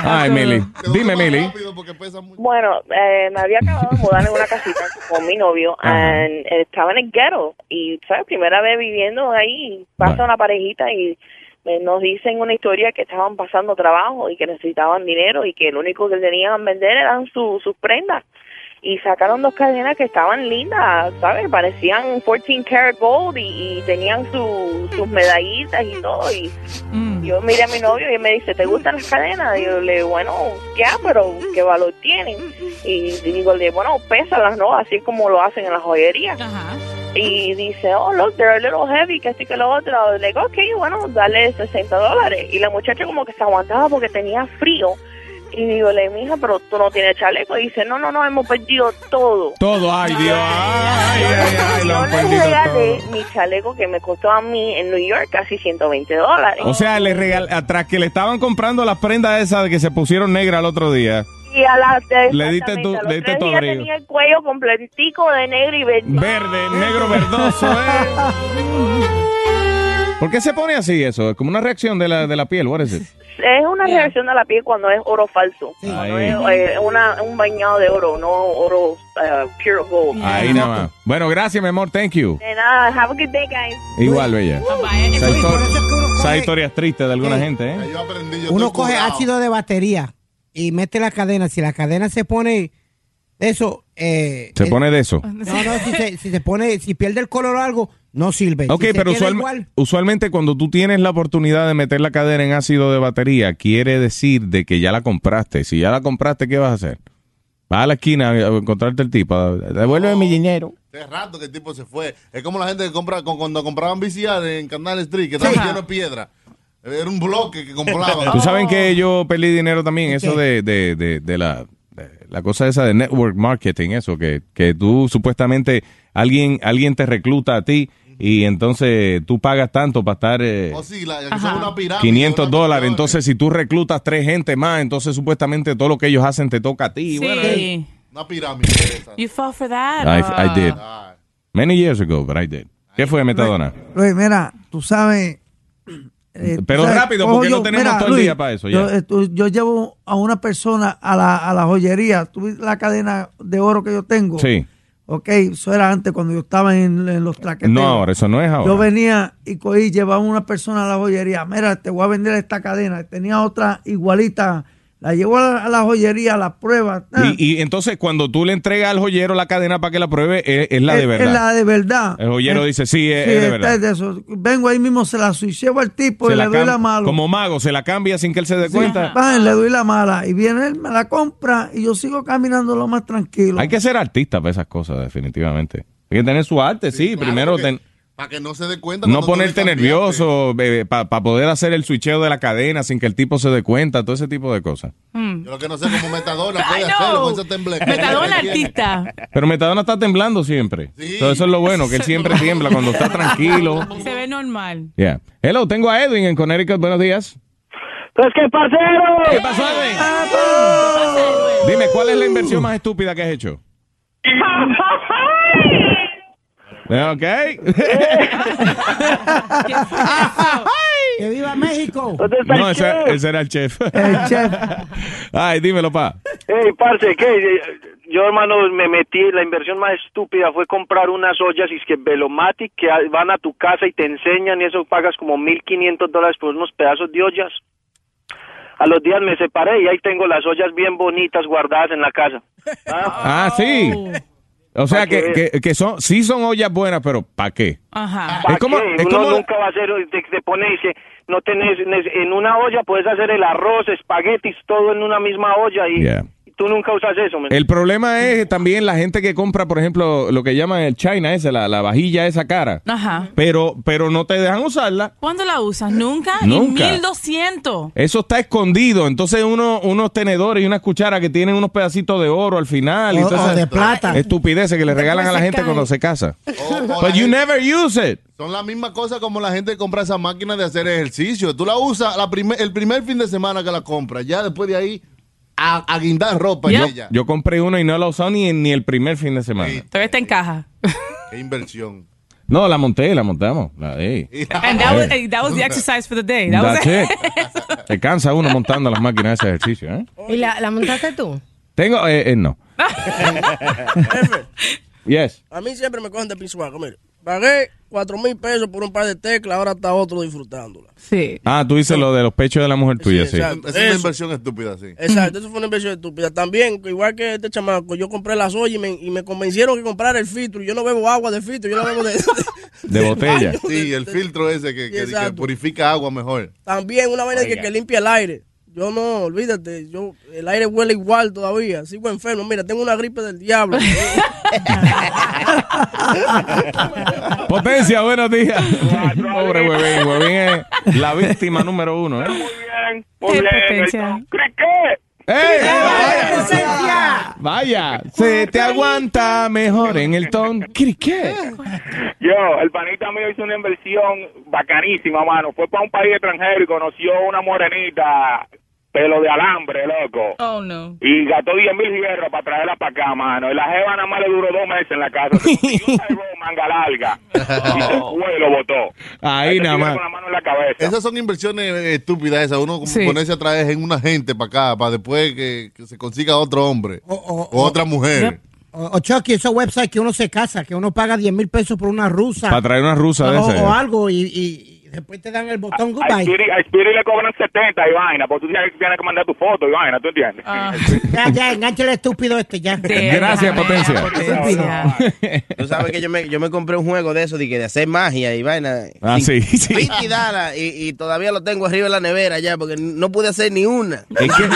Ay, Mili. Dime, Mili. Bueno, eh, me había acabado de mudar en una casita con mi novio. and, eh, estaba en el ghetto. Y, ¿sabes? Primera vez viviendo ahí. Pasa Bueno. una parejita y eh, nos dicen una historia que estaban pasando trabajo y que necesitaban dinero y que lo único que tenían a vender eran su- sus prendas. Y sacaron dos cadenas que estaban lindas, ¿sabes? Parecían 14 karat gold y, y tenían su- sus medallitas y todo. Y yo miré a mi novio y él me dice, ¿te gustan las cadenas? Y yo le digo, bueno, ya, pero ¿qué valor tienen? Y digo, le digo, bueno, pésalas, ¿no? Así como lo hacen en la joyería. Y dice, oh, look, they're a little heavy, que así que lo otro. Le digo, ok, bueno, dale 60 dólares. Y la muchacha como que se aguantaba porque tenía frío. Y digo, le mija, pero tú no tienes chaleco. Y dice, no, no, no, hemos perdido todo. Todo, ay, Dios. Ay, ay, ay, lo han Le perdido regalé todo. mi chaleco que me costó a mí en New York casi 120 dólares. O sea, le regal, atrás que le estaban comprando las prendas esas que se pusieron negras el otro día. Y a la Le diste exactamente, tu- a los le diste tres tu días abrigo. tenía el cuello completico de negro y verde. Verde, negro verdoso, ¿Por qué se pone así eso? Es como una reacción de la, de la piel. What is it? Es una reacción de la piel cuando es oro falso. Cuando Ahí. es eh, una, un bañado de oro, no oro eh, pure gold. Ahí nada más. Bueno, gracias, mi amor. Thank you. De nada, have a good day, guys. Igual, bella. Esa Luis, por histor- eso es que uno coge- esas historias tristes de alguna gente, ¿eh? Uno coge ácido de batería y mete la cadena. Si la cadena se pone eso, eh, Se eh, pone de eso. No, no, si se, si se pone, si pierde el color o algo, no sirve. Ok, Si se pero queda usualme- igual, usualmente cuando tú tienes la oportunidad de meter la cadena en ácido de batería, quiere decir de que ya la compraste. Si ya la compraste, ¿qué vas a hacer? Vas a la esquina a encontrarte el tipo. Devuelve Oh. mi dinero. Hace rato que el tipo se fue. Es como la gente que compra, con- cuando compraban VCR en Canal Street, que estaba lleno de piedra. Era un bloque que compraban. Tú sabes que yo perdí dinero también, eso de, de, de, de la, de la cosa esa de network marketing, eso, que, que tú supuestamente alguien, alguien te recluta a ti y entonces tú pagas tanto para estar... eh, Oh, sí, la, que son una pirámide. 500 dólares, entonces si tú reclutas tres gente más, entonces supuestamente todo lo que ellos hacen te toca a ti. Sí. Bueno, eh, Una pirámide. You fall for that. uh, I, or- I did. Many years ago, but I did. ¿Qué fue Metadona? Luis, mira, tú sabes. eh, tú Pero sabes, rápido, cojo porque no yo- tenemos mira, todo el Luis, día para eso, Yo, ya. eh, tú- yo llevo a una persona a la, a la joyería. Tú ves la cadena de oro que yo tengo. Sí. Ok, eso era antes cuando yo estaba en, en los traqueteos. No ahora, eso no es ahora. Yo venía y cogí, llevaba una persona a la joyería. Mira, te voy a vender esta cadena. Tenía otra igualita. La llevo a la, a la joyería, la prueba. ta. Y, y entonces cuando tú le entregas al joyero la cadena para que la pruebe, es, es la de verdad. Es la de verdad. El joyero Eh, dice, sí, es, sí, es de esta verdad. es de eso. Vengo ahí mismo, se la suicido al tipo Se y la le doy cam- la mala. Como mago, se la cambia sin que él se dé cuenta. Van, le doy la mala. Y viene él, me la compra y yo sigo caminando lo más tranquilo. Hay que ser artista para esas cosas, definitivamente. Hay que tener su arte, sí. Primero ten- Para que no se dé cuenta. no cuando tú le ponerte cambias. nervioso para poder hacer el switcheo de la cadena sin que el tipo se dé cuenta, todo ese tipo de cosas. Hmm. Yo lo que no sé cómo Metadona puede I know. hacerlo con ese tembleque. Metadona artista. Pero Metadona está temblando siempre. Todo eso es lo bueno, que él siempre tiembla cuando está tranquilo. Se ve normal. Yeah. Hello, tengo a Edwin en Connecticut. Buenos días. Pues qué parcero. ¿Qué pasó, Edwin? Dime, ¿cuál es la inversión más estúpida que has hecho? Ok. ¡Que viva México! No, ese, ese era el chef. El chef. Ay, dímelo, pa. Ey, parce, ¿qué? Eh, Yo, hermano, me metí, la inversión más estúpida fue comprar unas ollas y es que Velomatic que a- van a tu casa y te enseñan y eso pagas como 1.500 dólares por unos pedazos de ollas. A los días me separé y ahí tengo las ollas bien bonitas guardadas en la casa. Ah, sí. O sea, que, que, que son, sí son ollas buenas, pero ¿para qué? Ajá. Es como- ¿Para qué? es Uno como- nunca va a hacer, te, te pone y dice, no tenés, nes- en una olla puedes hacer el arroz, espaguetis, todo en una misma olla y, Yeah. y tú nunca usas eso. men. El problema es también la gente que compra, por ejemplo, lo que llaman el China ese, la, la vajilla esa cara. Ajá. Pero, pero no te dejan usarla. ¿Cuándo la usas? ¿Nunca? Y Nunca. 1200. Eso está escondido. Entonces uno, unos tenedores y unas cucharas que tienen unos pedacitos de oro al final. y O- todas o de esas plata. Estupideces que le regalan a la se gente caen. cuando se casa. O- o la But you gente- never use it. Son las mismas cosas como la gente que compra esa máquina de hacer ejercicio. Tú la usas la primer- el primer fin de semana que la compras. Ya después de ahí, a, a guindar ropa. Yo, y Ya, yo compré uno y no la he usado ni, ni el primer fin de semana. Todavía está en caja. Qué inversión. No, la monté, la montamos. La, ey. And that was, Ey. eh, that was the exercise for the day. That was That's it. it. Se cansa uno montando las máquinas de ese ejercicio, ¿eh? ¿Y la, la montaste tú? Tengo, eh, eh, no. Jefe, Yes. a mí siempre me cogen de pisuaco. Mire, pagué cuatro mil pesos por un par de teclas, ahora está otro disfrutándola. Sí. Ah, tú dices lo de los pechos de la mujer tuya, sí. exacto. Esa es una Eso. inversión estúpida, sí. Exacto, eso fue una inversión estúpida. También, igual que este chamaco, yo compré las ollas y me, y me convencieron que comprara el filtro. Yo no bebo agua de filtro, yo la bebo de... De botella. Sí, el filtro ese que, que- que Exacto. purifica agua mejor. También una vaina que, Oiga. que limpia el aire. Yo no, olvídate, yo el aire huele igual todavía, sigo enfermo. Mira, tengo una gripe del diablo. Potencia, buenos días. Pobre huevín, huevín es la víctima número uno, ¿eh? Qué ¡Ey! ¡Eh! Vaya, se te aguanta mejor en el ton. ¿Qué? Yo, el panita mío hizo una inversión bacanísima, mano. Fue para un país extranjero y conoció una morenita, pelo de alambre, loco. Oh, no. Y gastó 10 mil hierros para traerla para acá, mano. Y la jeva nada más le duró dos meses en la casa. Se consiguió una jeva de manga larga. Y se fue y lo botó. Ahí nada más. Con la mano en la cabeza. Esas son inversiones eh, estúpidas esas. Uno como ponerse a traer en una gente para acá, para después que, que se consiga otro hombre o, otra mujer. O, o Chucky, esos websites que uno se casa, que uno paga 10 mil pesos por una rusa. Para traer una rusa de eh. o, ese. o algo y, y- y después te dan el botón A goodbye. Spirit, a Spirit le cobran 70 y vaina, porque tú tienes tienes que mandar tu foto y vaina, ¿tú entiendes? Ah. Ya, ya, enganchale estúpido este, ya. Gracias, Potencia. Tú sabes que yo me, yo me compré un juego de eso, de, que de hacer magia y vaina. Ah, sí, sí. 20 dólares, y, y todavía lo tengo arriba en la nevera ya, porque no pude hacer ni una. Es que-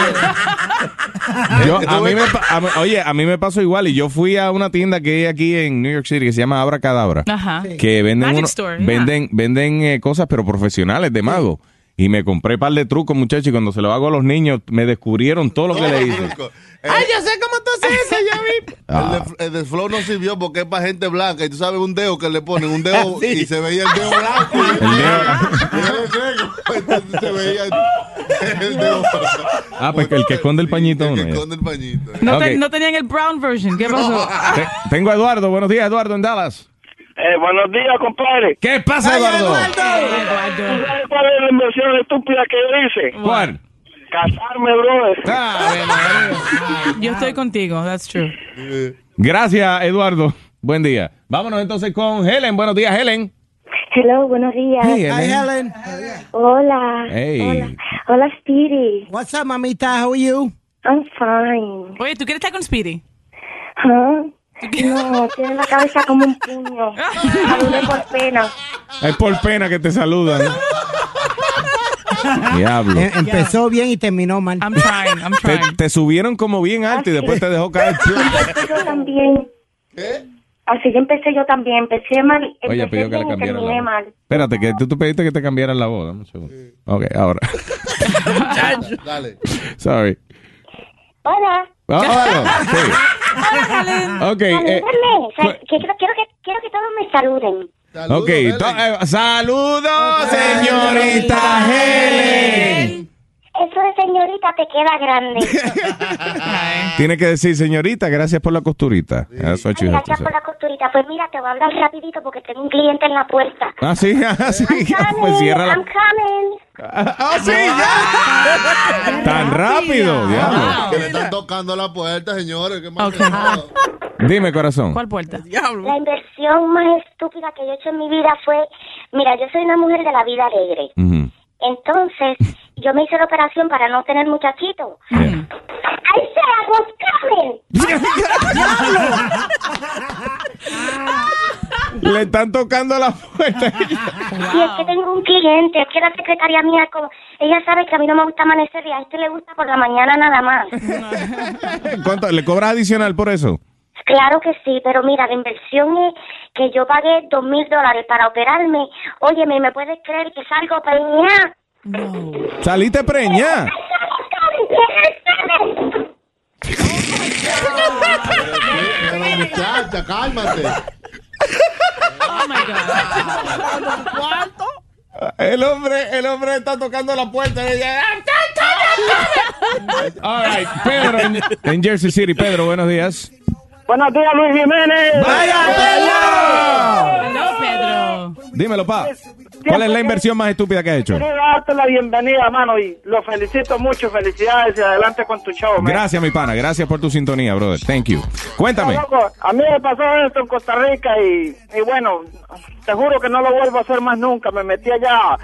Yo- a mí me pa- a mí- oye, a mí me pasó igual y yo fui a una tienda que hay aquí en New York City que se llama Abra Cadabra. Ajá. que venden Magic uno- store, yeah. venden venden eh, cosas pero profesionales de mago y me compré par de trucos muchachos y cuando se lo hago a los niños me descubrieron todo lo que le hice Eh. Ay, yo sé cómo tú haces eso, ya vi. Ah. El, de, el de Flow no sirvió porque es para gente blanca. Y tú sabes, un dedo que le ponen, un dedo y se veía el dedo blanco. Entonces se veía el, el dedo ah pues el que esconde el pañito uno, ya. No, Ok. te- no tenían el brown version. ¿Qué pasó? Te- tengo a Eduardo buenos días Eduardo en Dallas Eh, buenos días compadre qué pasa Eduardo, ¿Tú sabes cuál es la inversión estúpida que yo hice? ¿Cuál? Ah, Casarme, brother. Yo estoy contigo, that's true. Gracias, Eduardo. Buen día. Vámonos entonces con Helen. Buenos días, Helen. Hello, buenos días. Hey, Helen. Hi, Helen. Hola. Hey. Hola. Hola, Speedy. What's up, mamita? How are you? I'm fine. Oye, ¿tú quieres estar con Speedy? Huh? No, tiene la cabeza como un puño. Saludé por pena. Es por pena que te saludan. ¿no? Diablo. Em- empezó bien y terminó mal. I'm trying, I'm Te, te subieron como bien Ah, alto y después te dejó caer. Empecé yo también. Así que empecé yo también. Empecé mal. Empecé Oye, pidió que bien le y cambiaran la terminé voz. mal. Espérate, que tú, tú pediste que te cambiaran la voz. Dame un segundo. Ok, ahora. Dale. Sorry. Hola. Ah, ah, no, sí. Ok, eh, Salúdenme. Sal- que quiero, quiero que, quiero que todos me saluden. ok, to- eh, saludos, señorita Helen. Eso de señorita te queda grande. Tiene que decir, señorita, gracias por la costurita. Ah, That's what you have to Gracias say. por la costurita. Pues mira, te voy a hablar rapidito porque tengo un cliente en la puerta. Ah, sí, ah, sí. Pues cierra I'm la... coming. Ah, sí, ya. Tan rápido, diablo. Que le están tocando la puerta, señores. ¿Qué más Dime, corazón. puerta? La inversión más estúpida que yo he hecho en mi vida fue, mira, yo soy una mujer de la vida alegre. Entonces, yo me hice la operación para no tener muchachito. ¡Ahí se la buscaron! Le están tocando la puerta. Y es que tengo un cliente, es que la secretaria mía, como, ella sabe que a mí no me gusta amanecer y a este le gusta por la mañana nada más. ¿Cuánto? ¿Le cobras adicional por eso? Claro que sí, pero mira, la inversión es que yo pagué dos mil dólares para operarme. Óyeme, ¿me puedes creer que salgo peñada? Saliste preña. Pero muchacha, cálmate. Oh, El hombre, el hombre está tocando la puerta. y ella, "Ah, All right, Pedro en, en Jersey City. Pedro, buenos días. Buenos días, Luis Jiménez. ¡Vaya, No, Pedro. Dímelo, pa. ¿Cuál es la inversión más estúpida que has hecho? Quiero darte la bienvenida, mano, y lo felicito mucho. Felicidades y adelante con tu show, man. Gracias, mi pana. Gracias por tu sintonía, brother. Thank you. Cuéntame. Loco, a mí me pasó esto en Costa Rica y, y bueno, te juro que no lo vuelvo a hacer más nunca. Me metí allá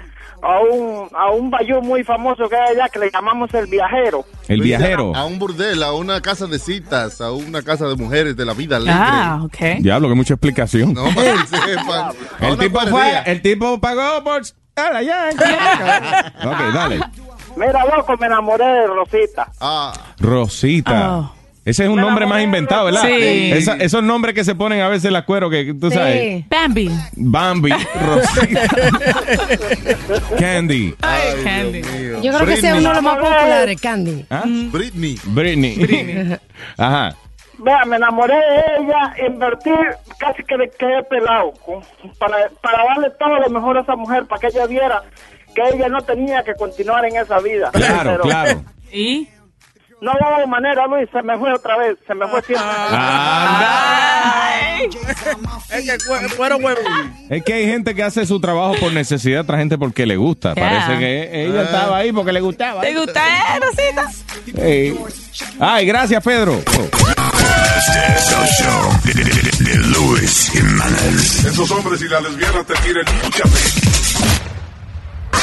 a un, a un bayú muy famoso que hay allá que le llamamos el viajero. El viajero. A un burdel, a una casa de citas, a una casa de mujeres de la vida alegre. Ah, ok. Diablo, que mucha explicación. No, para que sepan. A el, una tipo fue, guardería. el tipo pagó por... Dale, ya. Ok, dale. Mira, loco, me enamoré de Rosita. Rosita. Ah. Ese es un nombre más inventado, ¿verdad? Sí. Esa- esos nombres que se ponen a veces las cuero que tú sabes. Bambi. Bambi, Rosita, Candy. Candy. Yo creo que ese es uno de los más populares, Candy. ¿Ah? Mm. Britney. Britney. Ajá. Vea, me enamoré de ella, invertí casi que le quedé pelado con- para, para darle todo lo mejor a esa mujer, para que ella viera que ella no tenía que continuar en esa vida. Claro, Pero- claro. ¿Y? No hubo manera, Luis, se me fue otra vez, se me fue siempre. Ah. Ah. Es que fue- fueron huevos. Es que hay gente que hace su trabajo por necesidad, otra gente porque le gusta. Yeah. Parece que Ah. ella estaba ahí porque le gustaba. ¿Te gusta, eh, Rosita? Ey. eh. Ay, gracias, Pedro. Este es el show de, de- de- de Luis Jiménez. Esos hombres y las lesbianas te tiran mucha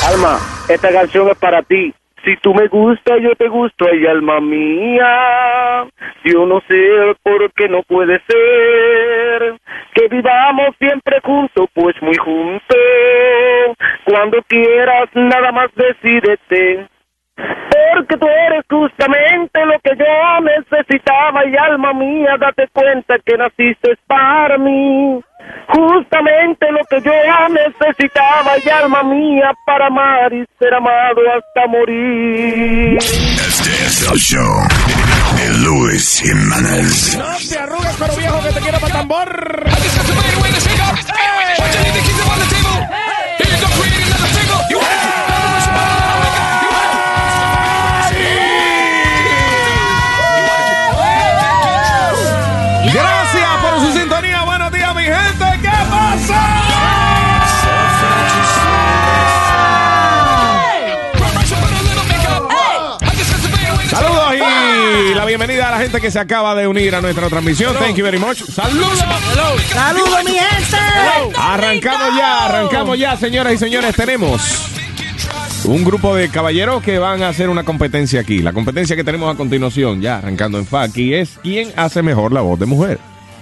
Alma, esta canción es para ti. Si tú me gustas, yo te gusto, ay alma mía. Yo no sé por qué no puede ser que vivamos siempre juntos, pues muy juntos. Cuando quieras, nada más decídete. Porque tú eres justamente lo que yo necesitaba y alma mía, date cuenta que naciste para mí. Justamente lo que yo necesitaba y alma mía para amar y ser amado hasta morir. Este es el show de, de- de Luis Jiménez. te arrugas, pero viejo, que te quiero para tambor. ¡Eh! ¡Eh! Gracias por su sintonía. Buenos días, mi gente. ¿Qué pasa? Saludos y la bienvenida a la gente que se acaba de unir a nuestra transmisión. Thank you very much. Saludos. Saludos, mi gente. Arrancamos ya, arrancamos ya, señoras y señores. Tenemos un grupo de caballeros que van a hacer una competencia aquí. La competencia que tenemos a continuación, ya arrancando en fa, aquí es quién hace mejor la voz de mujer.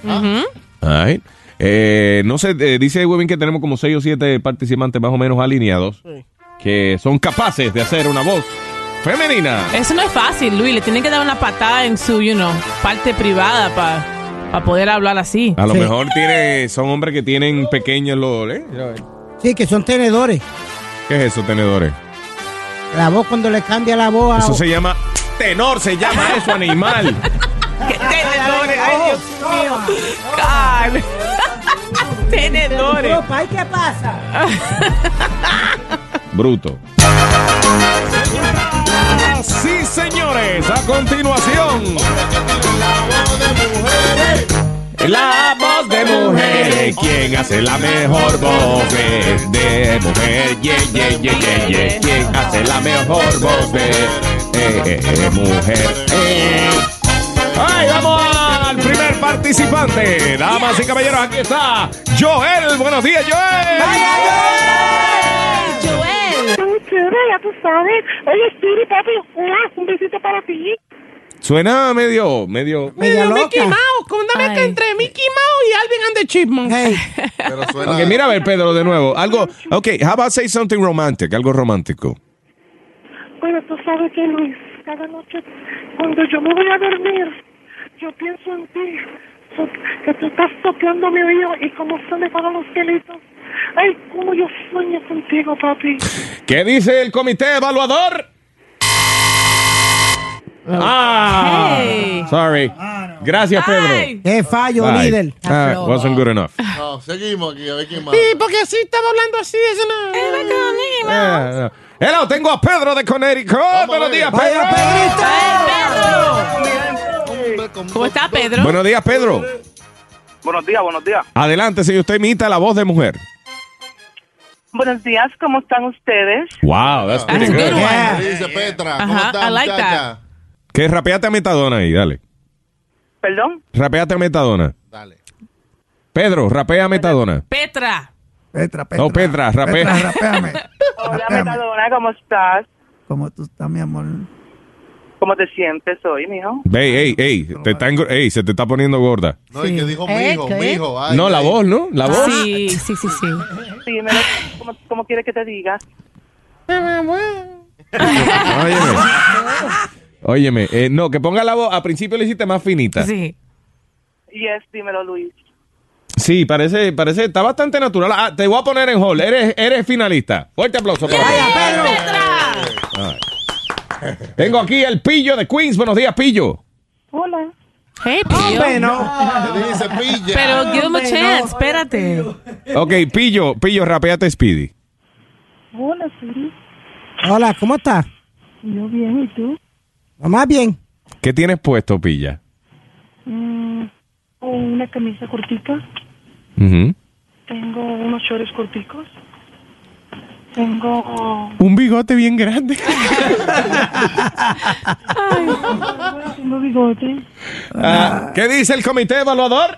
All right. Eh, no sé, eh, dice Webin que tenemos como 6 o 7 participantes más o menos alineados que son capaces de hacer una voz femenina. Eso no es fácil, Luis. Le tienen que dar una patada en su, you know, parte privada para poder hablar así. A lo mejor tiene, son hombres que tienen pequeños los... ¿eh? Sí, que son tenedores. ¿Qué es eso, tenedores? La voz cuando le cambia la voz a... Eso se llama... Tenor se llama eso, animal. Tenedores, ay, Dios mío. God. Tenedores. ¿y qué pasa? Bruto. Sí, señores, a continuación. La voz de mujeres, quien hace la mejor voz de, de mujer, yeah, yeah, yeah, yeah, yeah. quien hace la mejor voz de eh, eh, eh, mujer. eh. ¡Ay, vamos al primer participante! Damas y caballeros, aquí está Joel. Buenos días, Joel. Joel. ya tú sabes. Oye, Spirit, papi, ¡mua! un besito para ti. Suena medio, medio. Medio Mickey Mouse, con una mezcla entre Mickey Mouse y Alvin and the Chipmunks. Ok, mira a ver, Pedro, de nuevo. Algo. Ok, how about say something romantic? Algo romántico. Bueno, tú sabes que Luis, cada noche cuando yo me voy a dormir, yo pienso en ti, so- que tú estás soplando mi oído y cómo se me paran los pelitos. Ay, cómo yo sueño contigo, papi. ¿Qué dice el comité evaluador? Ah, Hey. sorry. Gracias, Pedro. Qué fallo, Bye. líder. Ah, wasn't good enough. No, seguimos aquí, a ver quién más. Sí, porque así estaba hablando así, eso no. Eh, no. Hello, tengo a Pedro de Connecticut. Buenos días, Pedro. ¿Cómo está, Pedro? Buenos días, Pedro. Buenos días, buenos días. Adelante, si usted imita la voz de mujer. Buenos días, ¿cómo están ustedes? Wow, that's pretty That's a good. good one. Ah, Dice Petra, ¿cómo Ajá, está, I like muchacha? that. Que rapeate a Metadona ahí, dale. ¿Perdón? Rapeate a Metadona. Dale. Pedro, rapea a Metadona. Petra. Petra, Petra. No, Petra, rapea. Hola, Metadona, ¿cómo estás? Como tú estás, mi amor. ¿Cómo te sientes hoy, mijo? Ve, ey, ey, te está engor- ey, se te está poniendo gorda. No, y que dijo Eh, mijo, ¿qué? mijo. ay, No, la ay. voz, ¿no? La voz. Ah, Sí, sí, sí, sí. Sí, me lo- ¿cómo, cómo quieres que te diga? Óyeme. Óyeme, eh, no, que ponga la voz. A principio le hiciste más finita. Sí. Yes, dímelo, Luis. Sí, parece, parece, está bastante natural. Ah, te voy a poner en hall. Eres, eres finalista. Fuerte aplauso para ti. Tengo aquí el Pillo de Queens. Buenos días, Pillo. Hola. Hey, Hombre, no. Pero give him a chance, espérate. Ok, Pillo, Pillo, rapeate Speedy. Hola, Siri. Hola, ¿cómo estás? Yo bien, ¿y tú? Lo más bien. ¿Qué tienes puesto, Pilla? Mm, una camisa cortica. Ujú. Tengo unos shorts corticos. Tengo... Un bigote bien grande. Ay, tengo bigote. Ah, ¿Qué dice el comité evaluador?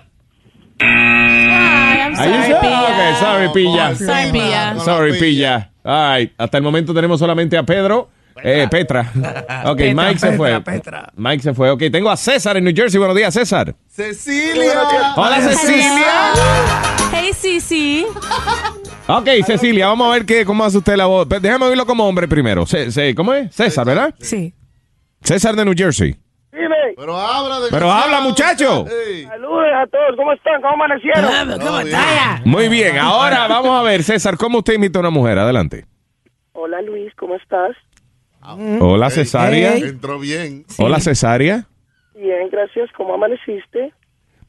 Ahí está. Ok, sorry, Pilla. Sorry, Pilla. Sorry, Pilla. All right, Hasta el momento tenemos solamente a Pedro. Eh, Petra. Ok, Petra, Mike se Petra, fue. Petra. Mike se fue. Ok, tengo a César en New Jersey. Buenos días, César. Cecilia. Hola, Cecilia. Hey, sí, sí. Ok, Cecilia, vamos a ver qué, cómo hace usted la voz. Pe- Déjame oírlo como hombre primero. Ce- ce- ¿Cómo es? César, ¿verdad? Sí. César de New Jersey. Dime. Pero habla, Pero habla, muchacho. Saludos a todos. ¿Cómo están? ¿Cómo amanecieron? ¿Cómo Muy bien, ahora vamos a ver, César, cómo usted imita a una mujer. Adelante. Hola, Luis. ¿Cómo estás? Mm. Hola, cesárea. Entró bien. Hola, cesárea. Bien, gracias. ¿Cómo amaneciste?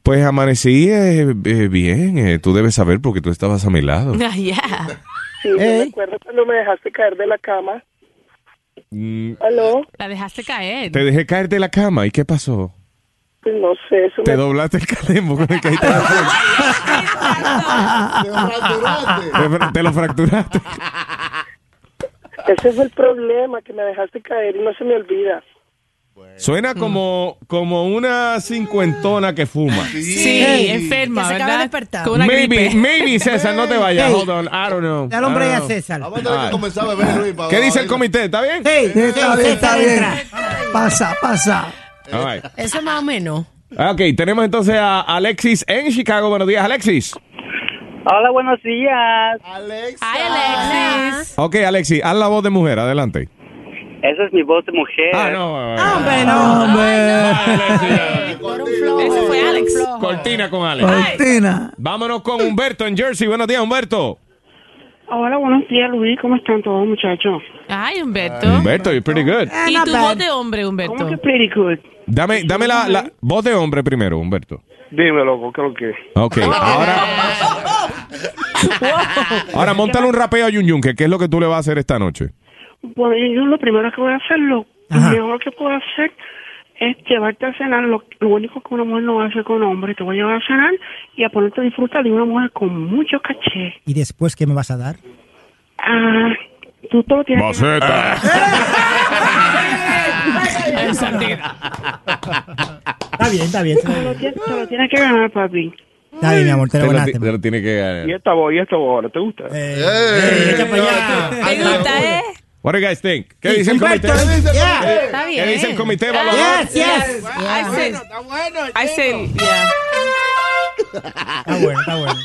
Pues amanecí eh, eh, bien. eh, tú debes saber porque tú estabas a mi lado. Ah, yeah. Sí, yo me acuerdo cuando me dejaste caer de la cama. Mm, ¿Aló? La dejaste caer. Te dejé caer de la cama. ¿Y qué pasó? Pues no sé, eso Te doblaste el calembo con el que ahí te Te fra- te lo fracturaste. Ese fue el problema, que me dejaste caer y no se me olvida. Suena como, como una cincuentona que fuma. Sí, Hey. enferma, Que se acaba ¿verdad? de despertar. Con una Maybe, gripe. maybe, César, no te vayas. Hey. Hold on, I don't know. Dale hombre I don't ya a know. César. Vamos a tener que comenzar a beber, Luis, para- ¿Qué dice el comité? ¿Está bien? Sí, está bien, está bien. Pasa, pasa. All right. Eso más o menos. Ok, tenemos entonces a Alexis en Chicago. Buenos días, Alexis. Hola, buenos días. Alex. Alexis. Ok, Alexis, haz la voz de mujer, adelante. Esa es mi voz de mujer. Ah, no. Hombre, no. Ese fue Alex. Cortina con Alex. Cortina. Vámonos con Humberto en Jersey. Buenos días, Humberto. Hola, buenos días, Luis. ¿Cómo están todos, muchachos? Ay, Humberto. Humberto, you're pretty good. ¿Y not tu bad. voz de hombre, Humberto? Pretty good. Dame, dame la, la voz de hombre primero, Humberto. Dime, loco, creo que. Ok, Ah, ahora, ahora montale un rapeo a Yun Yun, que qué es lo que tú le vas a hacer esta noche. Bueno, yo, yo lo primero que voy a hacer, lo mejor que puedo hacer es llevarte a cenar. Lo, lo único que una mujer no hace con un hombre, te voy a llevar a cenar y a ponerte a disfrutar de una mujer con mucho caché. ¿Y después qué me vas a dar? Ah, tú todo tienes. que- Está bien, está bien. Te lo tienes- te lo tienes que ganar, papi. Está bien, mi amor, te lo Te lo, ganaste. ti- te lo tiene que eh. ganar. Y esta voz, y esta voz, ¿te gusta? Eh, Eh, ¿Te gusta, eh? What do you guys think? ¿Qué dice el comité? Está bien. ¿Qué dice el comité? Ah, Evaluador? I said- I said, yeah. Está bueno, está bueno.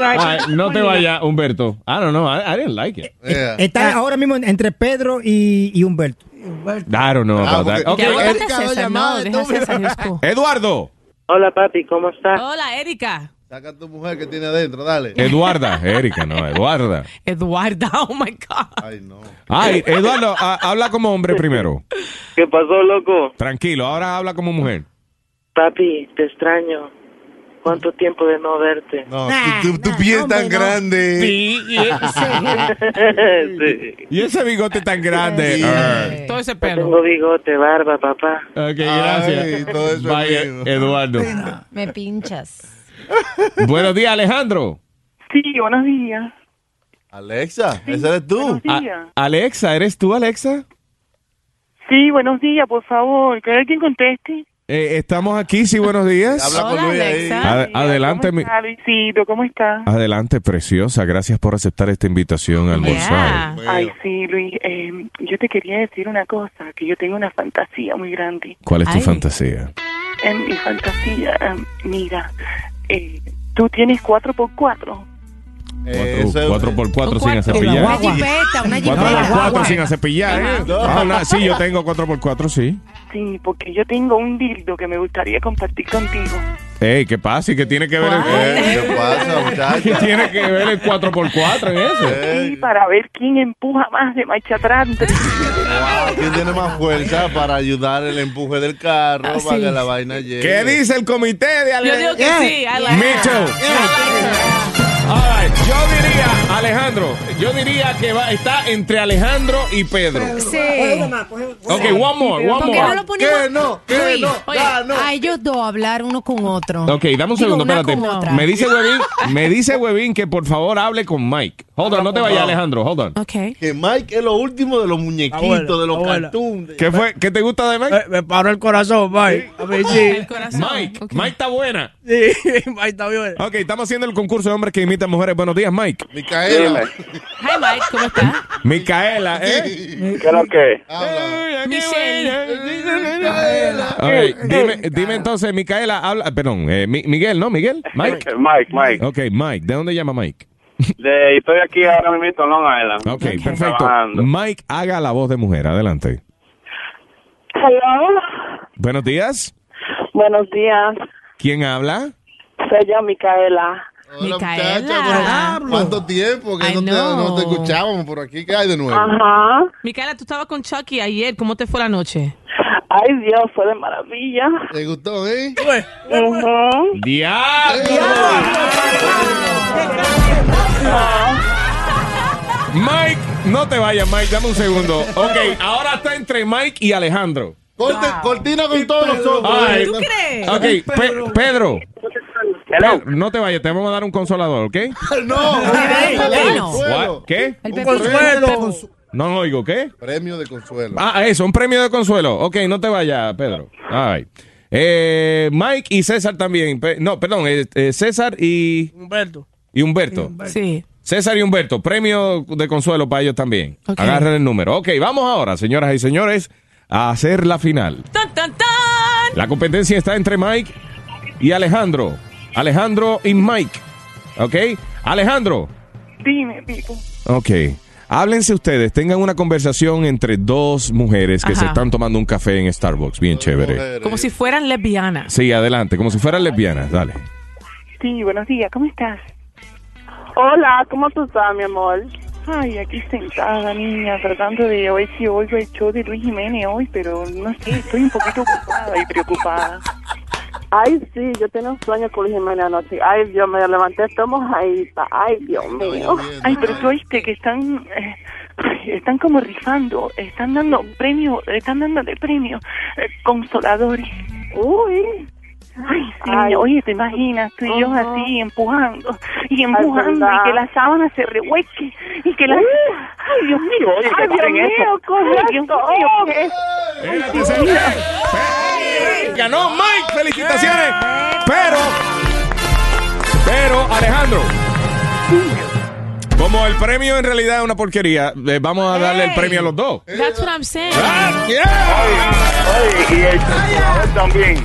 Ay, no te vayas, Humberto. I don't know. I, I didn't like it. Eh, Eh. Está ahora mismo entre Pedro y, y Humberto. I don't know Ah, about that. porque- Okay, Ya, Ed- Erika, César, oye, no, madre, deja no me- César, Dios tú. Eduardo. Hola, papi, ¿cómo estás? Hola, Erika. Saca a tu mujer que tiene adentro, dale. Eduarda. Erika, no, Eduarda. Eduarda, oh my God. Ay, Eduardo, ha- habla como hombre primero. ¿Qué pasó, loco? Tranquilo, ahora habla como mujer. Papi, te extraño. ¿Cuánto tiempo de no verte? No, tu, tu- tu pie es tan grande. Sí, Y ese bigote tan grande. Arr. Todo ese pelo. Tengo bigote, barba, papá. Ok, gracias. Bye, Eduardo. Me pinchas. Buenos días, Alejandro. Sí, buenos días. Alexa, ese eres tú. buenos días. Alexa, ¿eres tú, Alexa? Sí, buenos días, por favor. Que alguien conteste. Eh, estamos aquí, sí, buenos días. Habla con Hola, Luis ahí. Alexa. Ad- adelante, mi- Ah, Luisito, ¿cómo estás? adelante, preciosa. Gracias por aceptar esta invitación a almorzar. Ay, sí, Luis. eh, yo te quería decir una cosa, que yo tengo una fantasía muy grande. ¿Cuál es tu Ay. fantasía? En mi fantasía, eh, mira, eh, tú tienes 4x4. Cuatro- Cuatro por cuatro sin acepillar. Una jipeta, una Cuatro jipeta. por cuatro sin acepillar. ¿eh? Ah, una- sí, yo tengo cuatro por cuatro, sí. Sí, porque yo tengo un dildo que me gustaría compartir contigo. Ey, ¿qué pasa? ¿Y qué tiene que ver el... Eh, ¿Qué pasa, ¿Qué muchacha? tiene que ver el 4x4 en eso? Sí, para ver quién empuja más de marcha atrás. Wow, ¿Quién tiene más fuerza para ayudar el empuje del carro para que la vaina llegue? ¿Qué dice el comité de Ah, Yo digo que Eh, sí, I like Micho. it. All right, yo diría, Alejandro, yo diría que va- está entre Alejandro y Pedro. Ok, one more, one ¿Por qué no more. lo ponemos? ¿Qué no? ¿Qué Luis, no? oye, Ya, no. A ellos dos hablar uno con otro. Ok, dame un Digo, segundo, una espérate. con otra. Ah, Me dice Webin, me dice Webin que por favor hable con Mike. Hold on, no te vayas, Alejandro, hold on. Que Mike es lo último de los muñequitos, Abuela, de los abuela. cartoons. ¿Qué fue? ¿Qué te gusta de Mike? me paró el corazón, Mike. A mí sí. Mike, Mike está buena. Sí, Mike está bien. Ok, estamos haciendo el concurso de hombres que imitan mujeres. Buenos días, Mike. Micaela. Hi, Mike, ¿cómo estás? Micaela, ¿eh? ¿Qué lo que? Michelle. Ah, Ok, dime, dime entonces, Micaela, habla, perdón, eh, Mi- Miguel, ¿no? Miguel, Mike. Mike, Mike. Ok, Mike, ¿de dónde llama Mike? De- estoy aquí ahora mismo en Long Island. Ok, perfecto. Trabajando. Mike, haga la voz de mujer, adelante. Hello. Buenos días, Buenos días. ¿quién habla? Soy yo, Micaela. Hola, muchacha, pero ¿cuánto tiempo que Ah, I no te, know. no te escuchábamos por aquí? ¿Qué hay de nuevo? Ajá. Micaela, tú estabas con Chucky ayer. ¿Cómo te fue la noche? Ay, Dios, fue de maravilla. ¿Te gustó, eh? Ujú. Mike, no te vayas, Mike, dame un segundo. Ok, ahora está entre Mike y Alejandro. Corte, Cortina con todos nosotros. Ay, ¿Tú crees? Ok, Pe- Pedro. Pedro, no te vayas, te vamos a dar un consolador, ¿ok? No, What? ¿Qué? Un consuelo. No oigo, ¿qué? Premio de consuelo. Ah, eso, un premio de consuelo. Ok, no te vayas, Pedro. All right. Eh, Mike y César también. Pe- No, perdón, eh, eh, César y, Humberto. y Humberto. Sí. César y Humberto, premio de consuelo para ellos también. Ok. Agarren el número. Ok, vamos ahora, señoras y señores, a hacer la final. Tan, tan, tan. La competencia está entre Mike y Alejandro. Alejandro y Mike. ¿Ok? Alejandro. Dime, Pipo. Ok. Háblense ustedes, tengan una conversación entre dos mujeres que Ajá. se están tomando un café en Starbucks. Bien chévere. Como si fueran lesbianas. Sí, adelante, como si fueran lesbianas, dale. Sí, buenos días, ¿cómo estás? Hola, ¿cómo tú estás, mi amor? Ay, aquí sentada, niña, tratando de ver si oigo el show de Luis Jiménez hoy, pero no sé, estoy un poquito ocupada y preocupada. Ay, sí, yo tenía un sueño con Luis Jiménez anoche. Ay, Dios, me levanté, estamos ahí. Ay, Dios mío. Ay, pero tú oíste que están, eh, ay, están como rifando, están dando premio, están dándole premio eh, consoladores. Uy. Ay, sí, Ay. oye, te imaginas, tú y yo Ajá. así empujando y empujando verdad. y que la sábana se rehueque y que la... Uh, Uy. Uh, Ay, Dios mío, oye, Ay, que Dios paren mío, eso. correcto. Ay, Dios mío, qué- Espérate, César. Ganó Mike, felicitaciones. Pero, pero Alejandro, como el premio en realidad es una porquería, eh, vamos a darle el premio a los dos. That's what I'm saying. y el consolador también.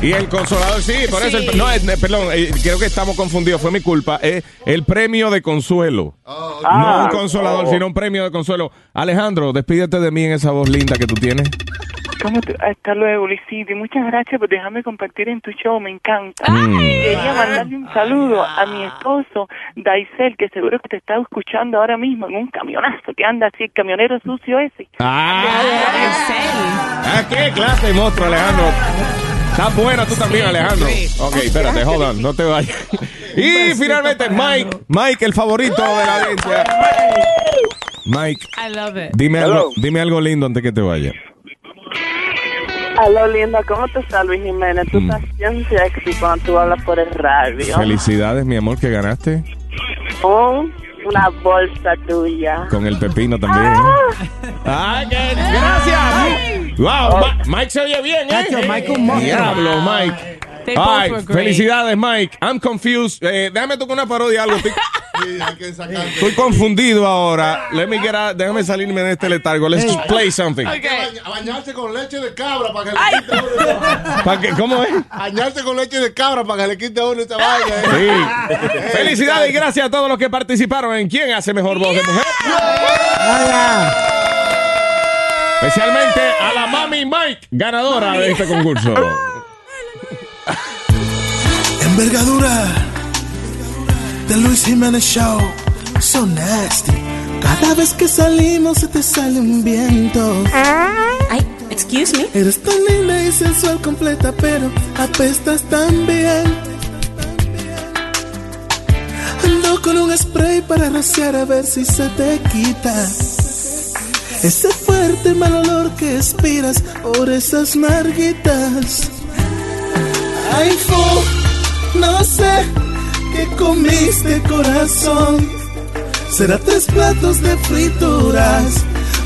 Y el consolador, sí, por eso. el- Sí. no, eh, perdón, eh, creo que estamos confundidos, fue mi culpa. Eh, el premio de consuelo. No un consolador, sino un premio de consuelo. Alejandro, despídete de mí en esa voz linda que tú tienes. ¿Cómo te- Hasta luego, Luisito. Y muchas gracias por dejarme compartir en tu show. Me encanta. Mm. Quería mandarle un saludo a mi esposo, Daisel, que seguro que te está escuchando ahora mismo en un camionazo que anda así, el camionero sucio ese. Ah, qué clase de monstruo, Alejandro. Estás buena tú también, Alejandro. Ok, espérate, hold on, no te vayas. Y finalmente, Mike, Mike, el favorito de la audiencia. Mike, I love it. dime algo, dime algo lindo antes que te vayas. Aló, linda, ¿cómo te estás, Luis Jiménez? Mm. Tú estás bien sexy cuando tú hablas por el radio. Felicidades, mi amor, que ganaste. Oh, una bolsa tuya. Con el pepino también. ¡Ay, qué- gracias! ¡Wow! Ma- Mike se oye bien, ¿eh? Diablo, Mike. They both Ay, were great. felicidades, Mike. I'm confused. Eh, déjame tocar una parodia algo. Estoy- Estoy confundido ahora. Let me get out- Déjame salirme de este letargo. Let's just play something. Hay que bañ- bañarse con leche de cabra para que Ay. le quite uno. Pa' que- ¿Cómo es? Bañarse con leche de cabra para que le quite uno esta vaina. Sí. ¿eh? Felicidades y gracias a todos los que participaron en ¿Quién hace mejor voz de mujer? Especialmente a la mami Mike, ganadora de este concurso. Envergadura de Luis Jiménez Show. So nasty. Cada vez que salimos se te sale un viento. Ay, excuse me. Eres tan linda y sensual completa, pero apestas tan bien. Ando con un spray para rociar a ver si se te quita. Ese fuerte mal olor que expiras por esas marguitas. Ay, fu, no sé qué comiste, corazón. Será tres platos de frituras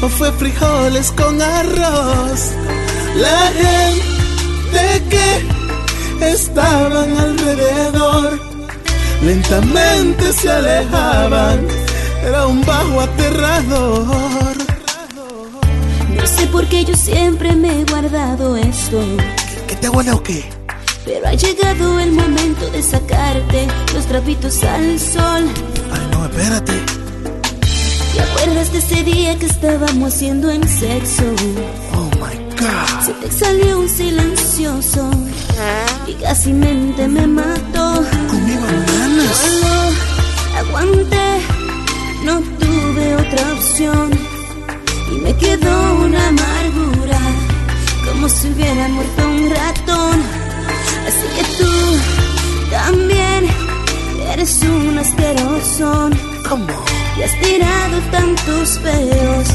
o fue frijoles con arroz. La gente que estaban alrededor lentamente se alejaban. Era un bajo aterrador. Ah. No sé por qué yo siempre me he guardado esto. ¿Qué te huele o qué? Pero ha llegado el momento de sacarte los trapitos al sol. No, espérate. ¿Te acuerdas de ese día que estábamos siendo en sexo? Oh my god. Se te salió un silencioso y casi mente me mató. Conmigo Yo lo aguanté, no tuve otra opción y me quedó una amargura como si hubiera muerto un ratón. Así que tú también eres un asqueroso. Y has tirado tantos peos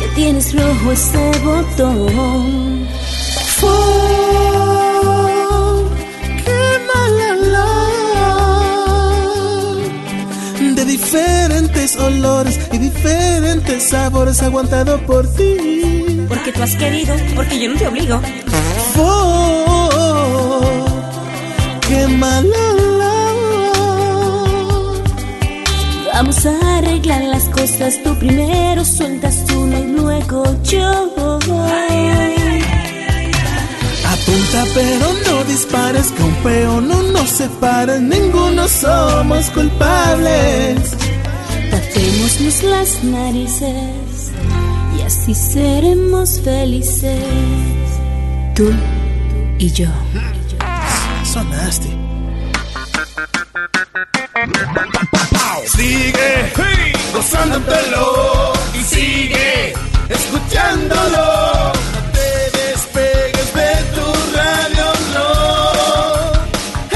que tienes rojo ese botón. Oh, qué mal olor. De diferente diferentes olores y diferentes sabores aguantado por ti. Porque tú has querido, porque yo no te obligo. Qué Vamos a arreglar las cosas. Tú primero sueltas uno y luego yo. Apunta pero no dispares, que un peón no nos separa, ninguno somos culpables. Tapémonos las narices y así seremos felices. Tú y yo. Sonaste. Sigue gozándotelo y sigue escuchándolo. No te despegues de tu radio, no.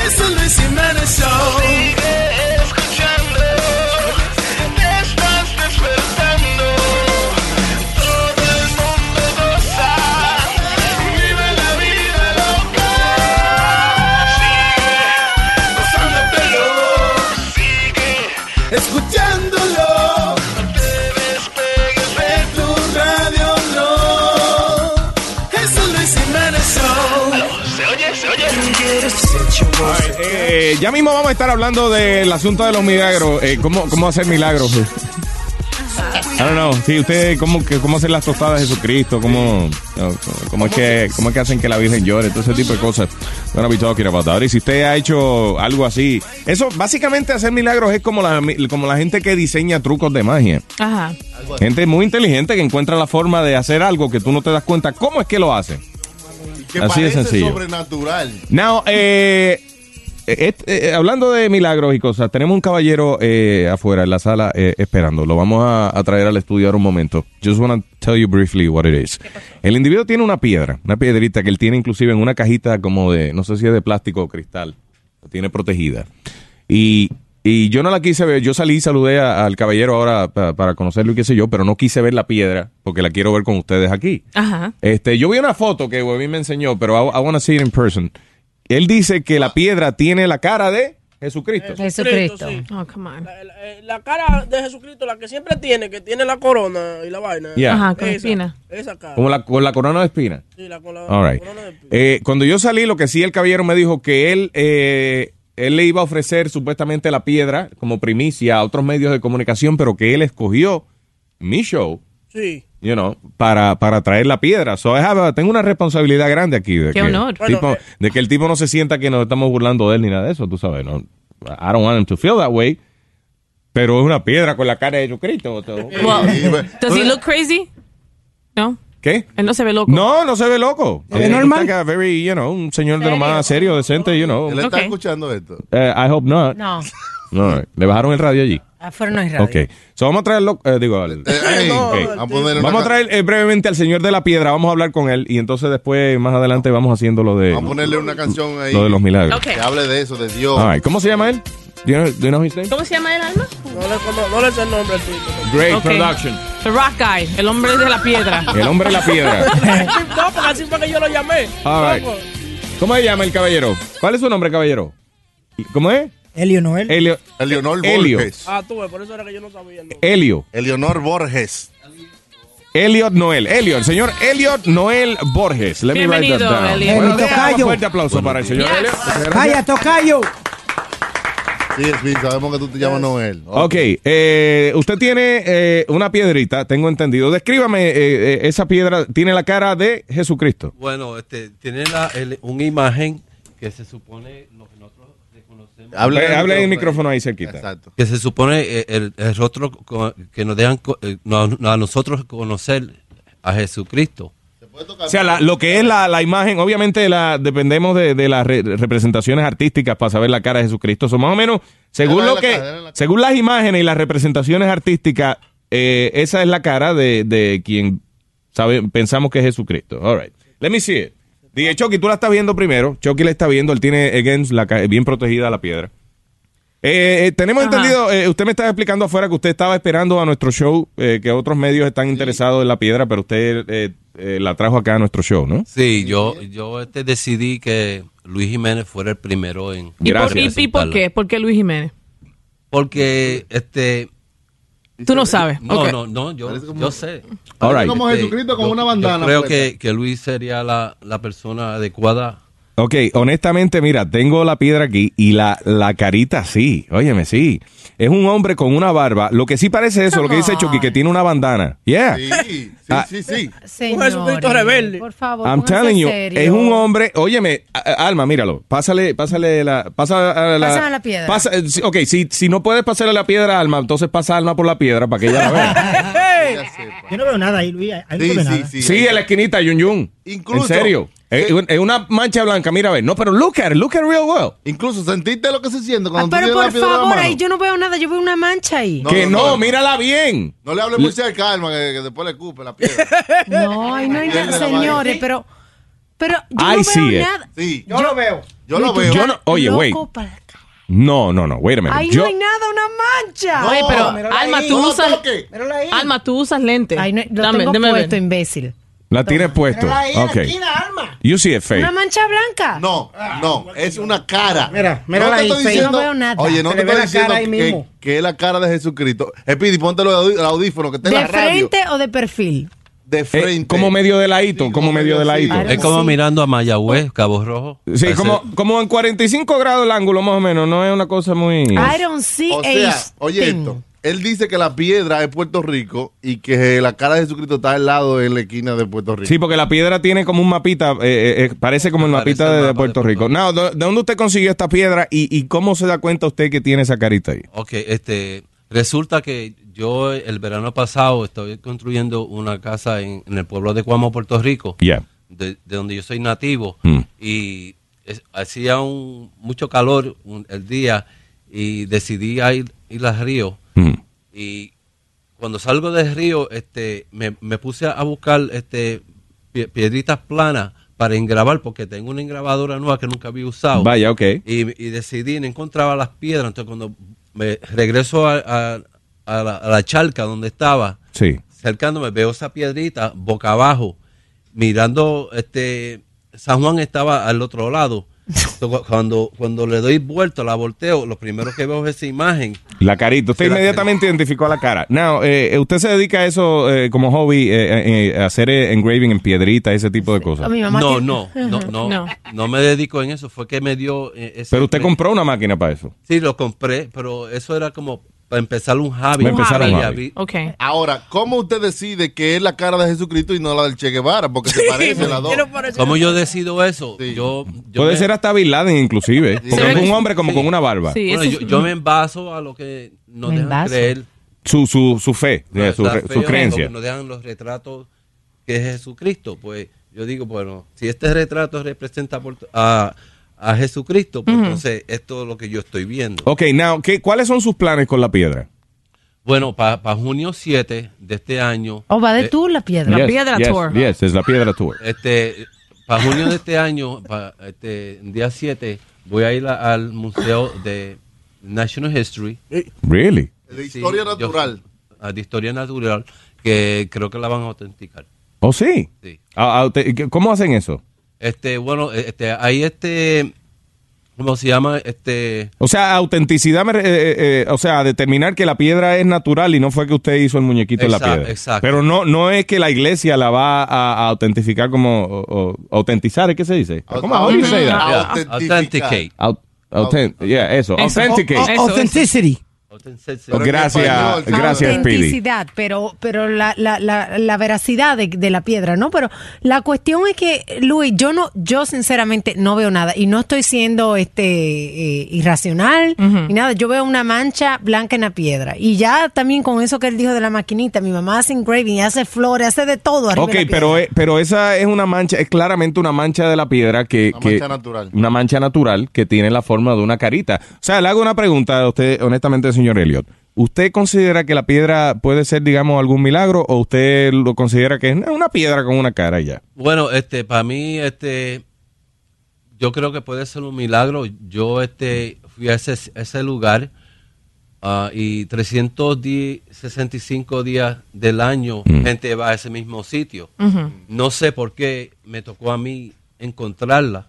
Es el Luis Jiménez Show. Sigue escuchando, te estás despertando. Todo el mundo goza, vive la vida loca. Sigue gozándotelo, sigue escuchándolo. De tu radio no Es el Luis Jiménez Show Se oye, se oye Eh, ya mismo vamos a estar hablando del asunto de los milagros. Eh, ¿cómo, ¿Cómo hacer milagros? I don't know. Sí, usted, ¿cómo, que- cómo hacer las tostadas de Jesucristo? ¿Cómo, no, cómo, es que, ¿Cómo es que hacen que la Virgen llore? Todo ese tipo de cosas. Bueno, be talking about that. Y si usted ha hecho algo así, eso básicamente hacer milagros es como la, como la gente que diseña trucos de magia. Ajá. Gente muy inteligente que encuentra la forma de hacer algo que tú no te das cuenta cómo es que lo hace. Que Así parece de sencillo. sobrenatural. Now, eh, eh, eh, eh, hablando de milagros y cosas, tenemos un caballero eh, afuera en la sala eh, esperando. Lo vamos a, a traer al estudio ahora un momento. Just want to tell you briefly what it is. El individuo tiene una piedra, una piedrita que él tiene inclusive en una cajita como de, no sé si es de plástico o cristal, la tiene protegida. Y, y yo no la quise ver. Yo salí, saludé a- al caballero ahora pa- para conocerlo y qué sé yo, pero no quise ver la piedra porque la quiero ver con ustedes aquí. Ajá. Este, yo vi una foto que Webby me enseñó, pero I, want to see it in person. Él dice que la piedra tiene la cara de Jesucristo. Jesucristo, sí. Oh, come on. Eh, La cara de Jesucristo, la que siempre tiene, que tiene la corona y la vaina. Yeah. Ajá, con espina. Esa cara. Como la, con la corona de espina. Sí, la, con la- All right. Eh, cuando yo salí, lo que sí el caballero me dijo que él, eh, él le iba a ofrecer supuestamente la piedra como primicia a otros medios de comunicación, pero que él escogió mi show, Sí. you know, para, para traer la piedra. So I have a- tengo una responsabilidad grande aquí. De Qué que honor. el tipo- Bueno, eh. de que el tipo no se sienta que nos estamos burlando de él ni nada de eso, tú sabes. No, I don't want him to feel that way. Pero es una piedra con la cara de Jesucristo. Well, does he look crazy? No. ¿Qué? Él no se ve loco. No, no se ve loco. ve Eh, normal. like a very, you know, un señor de lo más serio, decente, you know. Él está escuchando esto. Eh, I hope not. No, All right. Le bajaron el radio allí. afuera no es radio. Ok. So vamos a traerlo, eh, digo, al- no, ok. a poner Vamos una- a traer eh, brevemente al señor de la piedra, vamos a hablar con él y entonces después, más adelante, vamos haciendo lo de... Vamos a ponerle una canción ahí. Lo de los milagros. Ah. Que hable de eso, de Dios. All right. ¿Cómo se llama él? Do you know, do you know his name? ¿Cómo se llama el alma? No le, cono- no le sé el nombre al tipo. Great Ok. Production. The Rock Guy, el hombre de la piedra. El hombre de la piedra. no, porque así fue que yo lo llamé. All right. Loco. ¿Cómo se llama el caballero? ¿Cuál es su nombre, caballero? ¿Cómo es? Elio Noel. Elio. Eleonor Elio. Borges. Ah, tú, ves, por eso era que yo no sabía. el nombre. Elio. Eleonor Borges. Elliot Noel. Elliot, el señor Elliot Noel Borges. Let me write that Bienvenido, down. Elliot. Buenos Mi días, tocayo. un fuerte aplauso para el señor Elliot. Vaya, tocayo. Sí, sí, sabemos que tú te llamas Noel. Ok, eh, usted tiene eh, una piedrita, tengo entendido. Descríbame, eh, eh, esa piedra tiene la cara de Jesucristo. Bueno, este, tiene la, el- una imagen que se supone lo que nosotros reconocemos. Hable- Eh, hable en el micrófono ahí cerquita. Exacto. Que se supone eh, el, el rostro co- que nos dejan co- eh, no- no- a nosotros conocer a Jesucristo. O sea, la- lo que es la, la imagen, obviamente la, dependemos de, de las re- representaciones artísticas para saber la cara de Jesucristo. Son más o menos, según Dale lo la que, cara, dale la según las imágenes y las representaciones artísticas, eh, esa es la cara de, de quien sabe, pensamos que es Jesucristo. All right. Let me see it. Dije, Chucky, tú la estás viendo primero. Chucky la está viendo. Él tiene, again, la, ca- bien protegida la piedra. Eh, eh, tenemos Ajá. entendido, eh, usted me estaba explicando afuera que usted estaba esperando a nuestro show, eh, que otros medios están interesados en la piedra, pero usted eh, eh, la trajo acá a nuestro show, ¿no? Sí, yo, yo este, decidí que Luis Jiménez fuera el primero en. ¿Y por, y- y por qué? ¿Por qué Luis Jiménez? Porque este Tú no sabes. No, Ok. no, no, yo, yo sé. All right. como Este, Jesucristo con yo- una yo bandana creo puesta. que, que Luis sería la, la persona adecuada. Ok, honestamente, mira, tengo la piedra aquí y la, la carita sí, óyeme, sí. Es un hombre con una barba. Lo que sí parece eso, lo que dice Chucky, que tiene una bandana. Yeah. Sí, Ah, sí, sí. Señores, Jesucristo rebelde. Por favor, I'm pónganse telling you, serio. es un hombre, óyeme, a- a- Alma, míralo, pásale, pásale la, pasa a la, Pásame la piedra. pasa- eh, sí, ok, si, si no puedes pasarle la piedra a Alma, entonces pasa Alma por la piedra para que ella la vea. Yo no veo nada ahí, Luis. Ahí no se ve nada. sí, en la esquinita, Yun Yun. Incluso- En serio. Es es una mancha blanca, mira, a ver. No, pero look at it, look at it real well. Incluso sentiste lo que se siente cuando tú Ah, Pero tienes la por piedra en la favor, mano? ahí yo no veo nada, yo veo una mancha ahí. No, no, no. mírala bien. No le hables muy cerca, Alma, que, que después le escupe la piedra. No, ahí no hay nada, Pierde la señores, pero pero yo I no see veo it. nada. Sí, yo, lo veo. Yo lo veo. Yo no- oye, Loco, wait. para- No, no, no, wait a minute. Ahí Yo, no hay nada, una mancha. Oye, pero Alma, tú usas. Alma, tú usas lentes. Ahí no, lo Dame, tengo déme ver. puesto, imbécil. la tienes puesto. Mírala ahí en la Ok. esquina, You see it fake. Una mancha blanca. No, no, es una cara. Mira, no mírala te ahí, estoy Fey. diciendo, No veo nada. Oye, no Se te le estoy ve la cara diciendo ahí que, mismo. que es la cara de Jesucristo. Espidi, ponte los audí- los audífonos que está en ¿De la radio. frente o de perfil? De frente. Eh, como medio de ladito, como medio de ladito. Es como mirando a Mayagüez, Cabo Rojo. Sí, Parece- como, como en 45 grados el ángulo, más o menos. No es una cosa muy. I don't see O a sea, oye thing. esto. Él dice que la piedra es Puerto Rico y que la cara de Jesucristo está al lado en la esquina de Puerto Rico. Sí, porque la piedra tiene como un mapita, eh, eh, eh, parece como el mapita de, de Puerto Rico. No, ¿de de dónde usted consiguió esta piedra y, y cómo se da cuenta usted que tiene esa carita ahí? Ok, este, resulta que yo el verano pasado estoy construyendo una casa en, en el pueblo de Cuamo, Puerto Rico, Yeah. de, de donde yo soy nativo, Mm. y es- hacía un, mucho calor un- el día y decidí a ir, ir al río. Y cuando salgo del río, este, me, me puse a buscar este, pie- piedritas planas para engravar, porque tengo una engrabadora nueva que nunca había usado. Vaya, ok. Y, y decidí, no encontraba las piedras. Entonces, cuando me regreso a, a- a la, a la charca donde estaba, Sí. cercándome, veo esa piedrita boca abajo, mirando, este, San Juan estaba al otro lado. Entonces, cu- cuando, cuando le doy vuelta, la volteo, lo primero que veo es esa imagen. La carita. Usted Se la- inmediatamente identificó la cara. No, usted se dedica a eso eh, como hobby, eh, eh, a hacer eh, engraving en piedrita, ese tipo de cosas. no, no, no, Ajá. no, No. no, me dedico en eso. Fue que me dio eh, ese- Pero usted me- compró una máquina para eso. Sí, lo compré, pero eso era como para empezar un hobby. Para empezar un Y hobby. abrí- Ahora, ¿cómo usted decide que es la cara de Jesucristo y no la del Che Guevara? Porque se parecen las dos. ¿Cómo yo decido eso? Yo, yo Puede me- ser hasta Bin Laden, inclusive. Sí. Porque Se es ve- un hombre como sí. con una barba. Sí, Bueno, eso yo- es- yo me envaso a lo que nos Me dejan envaso. creer. Su, su, su fe, eh, su, las re- feas, su lo creencia. que Nos dejan los retratos que es Jesucristo. Pues yo digo, bueno, si este retrato representa por- a, a Jesucristo, pues Ujú. entonces esto es lo que yo estoy viendo. Ok, now, ¿qué, ¿cuáles son sus planes con la piedra? Bueno, para junio 7 de este año. O va de eh, tú la piedra. Yes, yes, yes, es la piedra tour. Este, para junio de este año, para este, día 7, voy a ir a- al Museo de National History. Really? De historia yo- natural. ah, de historia natural, que creo que la van a autenticar. ¿Oh, sí? Sí. Ah, ah, usted- ¿qué- ¿Cómo hacen eso? Este, bueno, este, hay este, ¿cómo se llama? Este, O sea, autenticidad, me re- eh, eh, eh, o sea, determinar que la piedra es natural y no fue que usted hizo el muñequito de la Exacto, piedra. exacto. Pero no, no es que la iglesia la va a, a autentificar como, o- o- autentizar, ¿qué se dice? ¿Cómo? How do you say that? Yeah, authenticate. Aut- autent- yeah, eso, authenticate. O- o- Authenticity. Oh, Gracias, gracias, Speedy. Autenticidad, pero, pero la, la, la, la veracidad de, de la piedra, ¿no? Pero la cuestión es que, Luis, yo no, yo sinceramente no veo nada y no estoy siendo este eh, irracional ni nada. Yo veo una mancha blanca en la piedra. Y ya también con eso que él dijo de la maquinita, mi mamá hace engraving, hace flores, hace de todo arriba. Ok, de la piedra. pero, es- pero esa es una mancha, es claramente una mancha de la piedra que... Una que- mancha natural. Una mancha natural que tiene la forma de una carita. O sea, le hago una pregunta a usted, honestamente, señor Elliot. ¿Usted considera que la piedra puede ser, digamos, algún milagro o usted lo considera que es una piedra con una cara y ya? Bueno, este, para mí, este, yo creo que puede ser un milagro. Yo, este, fui a ese, ese lugar ah, y 365 días del año Mm. gente va a ese mismo sitio. Ujú. No sé por qué me tocó a mí encontrarla.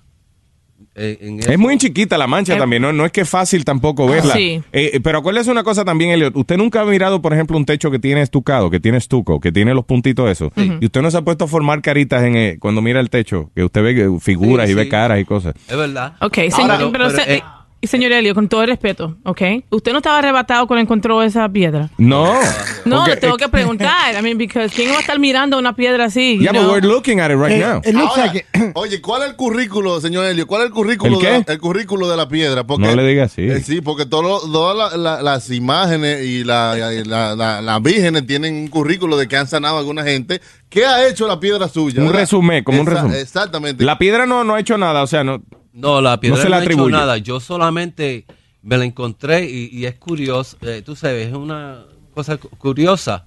eh, en Es muy chiquita la mancha Eh, también, no, no es que es fácil tampoco verla. sí. Eh, eh, pero acuérdese una cosa también, Elliot. Usted nunca ha mirado, por ejemplo, un techo que tiene estucado, que tiene estuco, que tiene los puntitos eso. Sí. Y usted no se ha puesto a formar caritas en, eh, cuando mira el techo, que usted ve que figuras Sí, y ve sí. caras y cosas. Es verdad. Ok, señor, Ahora- pero, se- eh, eh, señor Elio, con todo el respeto, ¿ok? Usted no estaba arrebatado cuando encontró esa piedra. No. eh, No, Porque- le tengo que preguntar. I mean, because ¿quién va a estar mirando una piedra así? Yeah, you but know? we're looking at it Eh, right now. Ahora, Oye, ¿cuál es el currículo, señor Helio? ¿Cuál es el currículo, ¿El qué? de, la, el currículo de la piedra? Porque, No le diga así. Eh, sí, porque todo, lo- todas la- la- las imágenes y la- y la- la- las vírgenes tienen un currículo de que han sanado a alguna gente. ¿Qué ha hecho la piedra suya? Un verdad? resumen, como un Esa- resumen. Exactamente. La piedra no, no ha hecho nada, o sea, no. No, la No piedra no, se la ha hecho atribuye. nada. Yo solamente me la encontré y, y es curioso. eh, tú sabes, es una cosa cu- curiosa.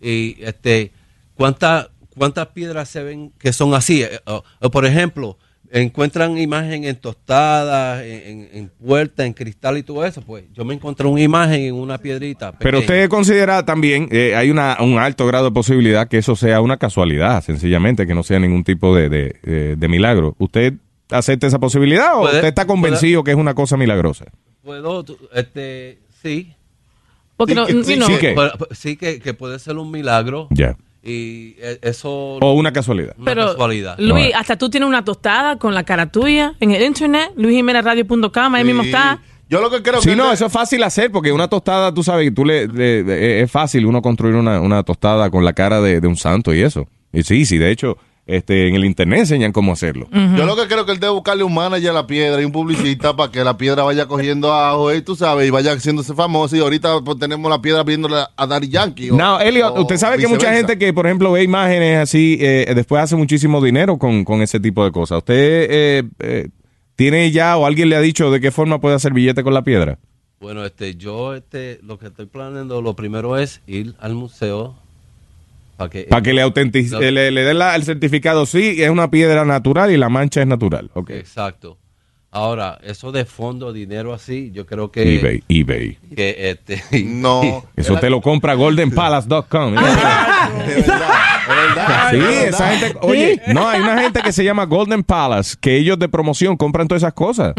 Y este, ¿cuánta- ¿cuántas piedras se ven que son así? Eh, o- o por ejemplo, encuentran imagen en tostadas, en, en, en puertas, en cristal y todo eso. Pues yo me encontré una imagen en una piedrita. Pero pequeña. usted considera también, eh, hay una, un alto grado de posibilidad que eso sea una casualidad, sencillamente, que no sea ningún tipo de, de, eh, de milagro. ¿Usted acepta esa posibilidad o Puede- usted está convencido que es una cosa milagrosa? Puedo, tú- este, sí. Porque Sí no- que- you sí know- que- Pero- pero sí que, que puede ser un milagro. Ya. Y eh, eso. O una casualidad. Una Pero, casualidad. Luis, hasta tú tienes una tostada con la cara tuya en el internet, luisjimenezradio.com, ahí mismo está. Yo lo que creo Sí, no, eso es fácil hacer porque una tostada, tú sabes, que tú le, le- le- e, es fácil uno construir una, una tostada con la cara de, de un santo y eso. Y sí, sí, de hecho, este, en el internet enseñan cómo hacerlo. Yo lo que creo que él debe buscarle un manager a la piedra y un publicista para que la piedra vaya cogiendo ajo y tú sabes, y vaya haciéndose famosa. Y ahorita pues, tenemos la piedra viéndola a Daddy Yankee. o- No, Elliot, o usted sabe que mucha viceversa. gente que, por ejemplo, ve imágenes así, eh, después hace muchísimo dinero con, con ese tipo de cosas. ¿Usted eh, eh, tiene ya o alguien le ha dicho de qué forma puede hacer billete con la piedra? Bueno, este, yo este, lo que estoy planeando, lo primero es ir al museo para que, Para que le, autentic- No. eh, le, le den la- el certificado, sí, es una piedra natural y la mancha es natural. Ok. Exacto. Ahora, eso de fondo, dinero así, yo creo que... eBay, eBay. Que, este, no. Eso te lo compra goldenpalace.com. Sí, esa gente, oye, no, hay una gente que se llama Golden Palace, que ellos de promoción compran todas esas cosas.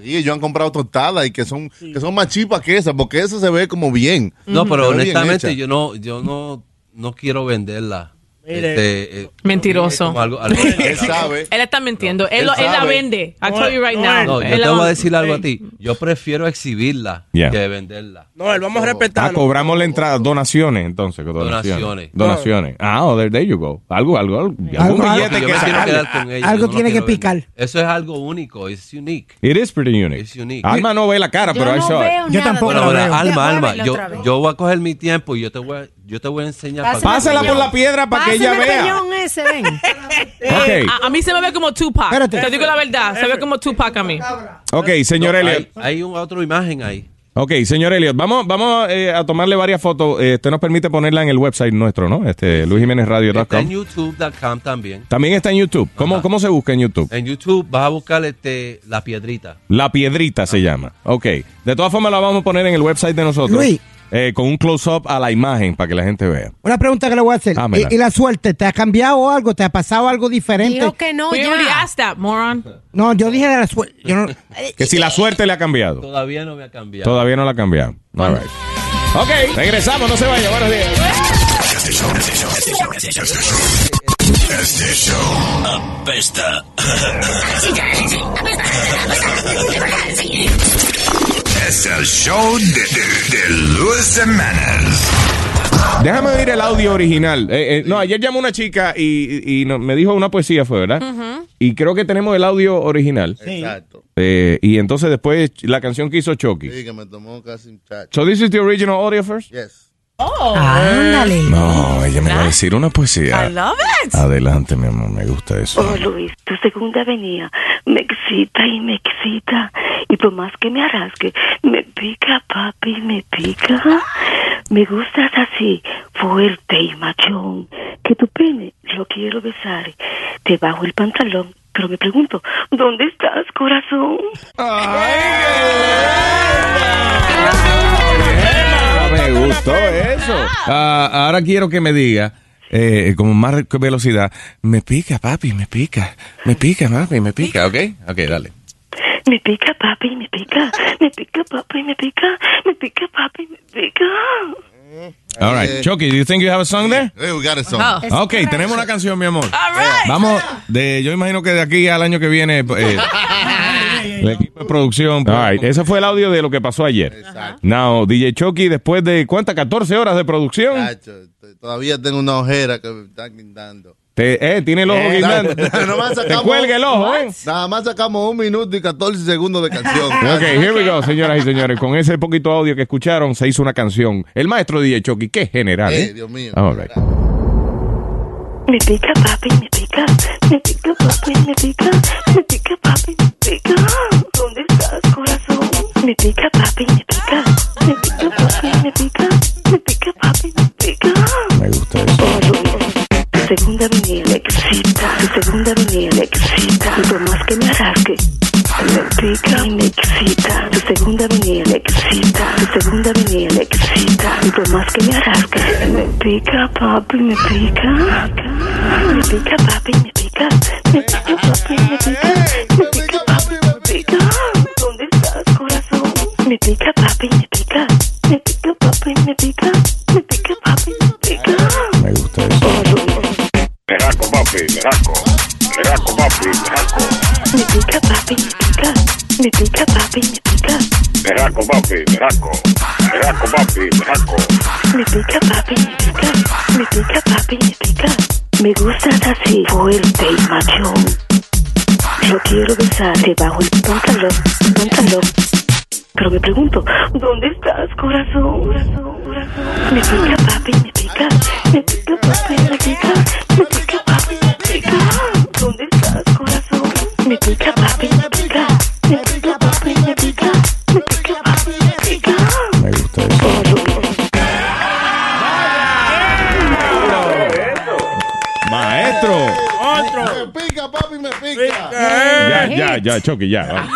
Sí, ellos han comprado tostadas y que son, que son más chipas que esas, porque eso se ve como bien. No, pero Se ve bien honestamente hecha. yo no, yo no, no quiero venderla. Mire. Este, eh, Mentiroso. como algo- algo- Él sabe. Él está mintiendo. él, él lo- él la sabe. vende. I tell you right now. No, yo Él te la voy va- a decir algo a ti. Yo prefiero exhibirla Yeah. que venderla. No, él vamos a Ah, respetar. cobramos la entrada, donaciones entonces. que Donaciones. Donaciones. Donaciones. Ah, oh, there, there you go. Algo, algo, algo. Algo- algún algo billete que que yo me quiero sacarle. quedar con ella, Algo yo no tiene que quiero picar. vender. Eso es algo único, es unique. It is pretty unique. It's unique. Alma no ve la cara, Yo pero I no saw it. veo Yo nada. tampoco Bueno, lo ahora, veo. Alma, Devuélvelo Alma, yo, otra vez. yo voy a coger mi tiempo y yo te voy a, yo te voy a enseñar. para que tú Pásala por veas. la piedra para que ella Pásame el vea. peñón ese, ven. Eh, Ok. a, a mí se me ve como Tupac. Espérate. Te digo la verdad. Se ve como Tupac a mí. Ok, señor No, Elliot. Hay, hay un- otra imagen ahí. Ok, señor Elliot, vamos, vamos eh, a tomarle varias fotos. Eh, usted nos permite ponerla en el website nuestro, ¿no? Este, Está en luisjimenezradio.com. youtube.com también. También está en YouTube. ¿Cómo, ¿Cómo se busca en YouTube? En YouTube vas a buscar este, la piedrita. La piedrita se llama. Ok. De todas formas la vamos a poner en el website de nosotros. Luis. Eh, con un close-up a la imagen para que la gente vea. Una pregunta que le voy a hacer. Dámela. ¿Y, y la suerte? ¿Te ha cambiado algo? ¿Te ha pasado algo diferente? Dijo que no, We ya. already asked that, moron. No, yo dije de la suerte. Yo no... Que si la suerte le ha cambiado. Todavía no me ha cambiado. Todavía no la cambiaron. All right. Ok, regresamos, no se vaya. Buenos días. Este show, este show, este show, este show, este show. Este show apesta. Es el show de, de, de Luis Semanas. Déjame oír el audio original. Eh, eh, no, ayer llamó una chica y, y- y no- me dijo una poesía, fue, ¿verdad? Y creo que tenemos el audio original. Exacto. Eh, y entonces después la canción que hizo Chucky. Sí, que me tomó casi un chat. So this is the original audio first? Yes. Oh. Eh, Ándale. No, ella me va a decir una poesía. I love it. Adelante, mi amor, me gusta eso. Oh, Luis, tu segunda venida me excita y me excita. Y por más que me arrasque, me pica, papi, me pica. Me gustas así, fuerte y machón. Que tu pene lo quiero besar. Te bajo el pantalón, pero me pregunto, ¿dónde estás, corazón? Ah, me gustó eso. Ah, ahora quiero que me diga, eh, como más re- velocidad, me pica, papi, me pica, me pica, papi, me pica, ¿ok? Ok, dale. Me pica, papi, me pica. Me pica, papi, me pica. Me pica, papi, me pica. All right, Chucky, do you think you have a song there? Eh, we got a song. Ajá. Ok, tenemos una canción, mi amor. Vamos, de, yo imagino que de aquí al año que viene, eh, el equipo de producción. pues, All right, ese fue el audio de lo que pasó ayer. Exacto. Now, DJ Chucky, después de, ¿cuántas? 14 horas de producción. Chacho, t- todavía tengo una ojera que me está guindando. Te- eh, tiene el ojo Eh, guindando. nada- nada más Te sacamos- cuelga el ojo, ¿eh? Nada más sacamos un minuto y 14 segundos de canción. Ok, here we go, señoras y señores. Con ese poquito audio que escucharon, se hizo una canción. El maestro DJ Chucky, qué general, Eh, ¿eh? Dios mío. All right. Me pica, papi, me pica. Me pica, papi, me pica. Me pica, papi, me pica. ¿Dónde estás, corazón? Me pica, papi, me pica. Me pica, papi, me pica. Me pica, papi, me pica. Me gusta eso. Tu segunda venida me excita. Tu segunda venida me excita. Y por más que me arrasque. Me pica y me excita, tu segunda venida me excita, tu segunda venida me excita, y por más que me arrasque, me pica papi, me pica, me pica papi, me pica, me pica papi, me pica, Ah, me pica papi, me pica, ¿dónde estás corazón? Me pica papi, me pica, me pica papi, me pica, me pica papi, me pica. Me gusta eso. Meraco, papi, meraco. Meraco, papi, meraco. Me pica papi, me pica, me pica papi, me pica, Meraco, papi, meraco. Meraco, papi, meraco. me pica papi, me pica, me pica papi, me pica. Me gustas así, fuerte y machón. Yo quiero besarte bajo el pantalón, pantalón. Pero me pregunto, ¿dónde estás, corazón? Corazón, corazón. Me pica papi, me pica, me pica papi, me pica, me pica papi, me pica. ¿Dónde estás, corazón? Me pica papi, me pica, me pica papi, me pica, me pica papi, me pica. Me gusta eso. Maestro. Otro. Me pica, papi, me pica. Eh. eh. Ya, ya, ya, Chucky, ya. vamos.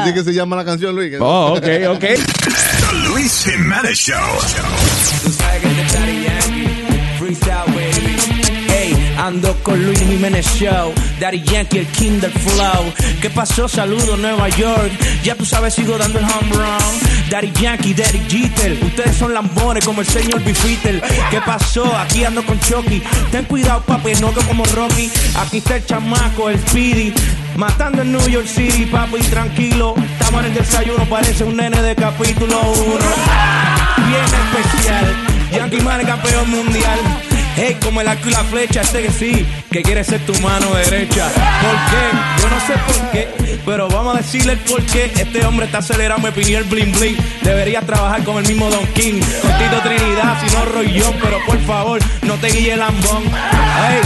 Así que se llama la canción, Luis. Oh, ok, ok. The Luis Jimenez Show. freestyle, baby. Ey, ando con Luis Jiménez Show, Daddy Yankee, el King del Flow. ¿Qué pasó? Saludo Nueva York. Ya tú sabes, sigo dando el home run. Daddy Yankee, Daddy Jeter. Ustedes son lambones como el señor Bifitel. ¿Qué pasó? Aquí ando con Chucky. Ten cuidado, papi, no que como Rocky. Aquí está el chamaco, el Speedy. Matando en New York City, papi, tranquilo. Estamos en el desayuno, parece un nene de capítulo 1 bien especial. Yankee Man campeón mundial. Hey, como el arco y la flecha, sé que sí, que quiere ser tu mano derecha. ¿Por qué? Yo no sé por qué, pero vamos a decirle el por qué. Este hombre está acelerado, me pidió el bling bling. Deberías trabajar con el mismo Don King, con Tito Trinidad, si no Rollón, pero por favor, no te guíe el lambón. Hey,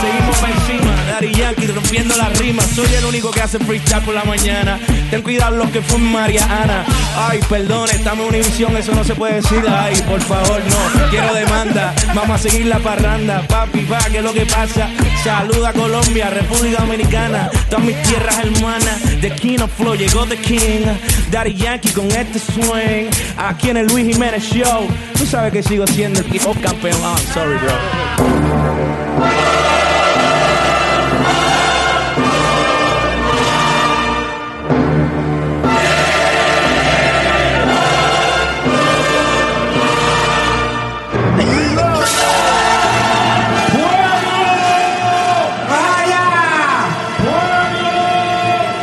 seguimos para encima, Daddy Yankee rompiendo las rimas. Soy el único que hace freestyle por la mañana. Ten cuidado los que fue Mariana. Ay, perdón, estamos en Univisión, eso no se puede decir. Ay, por favor, no. Quiero demanda. Vamos a seguir la parranda. Papi, va, que es lo que pasa. Saluda a Colombia, República Dominicana. Todas mis tierras hermanas. The King of Flow, llegó The King. Daddy Yankee con este swing. Aquí en el Luis Jiménez Show. Tú sabes que sigo siendo el hip hop campeón. Ah, I'm sorry, bro.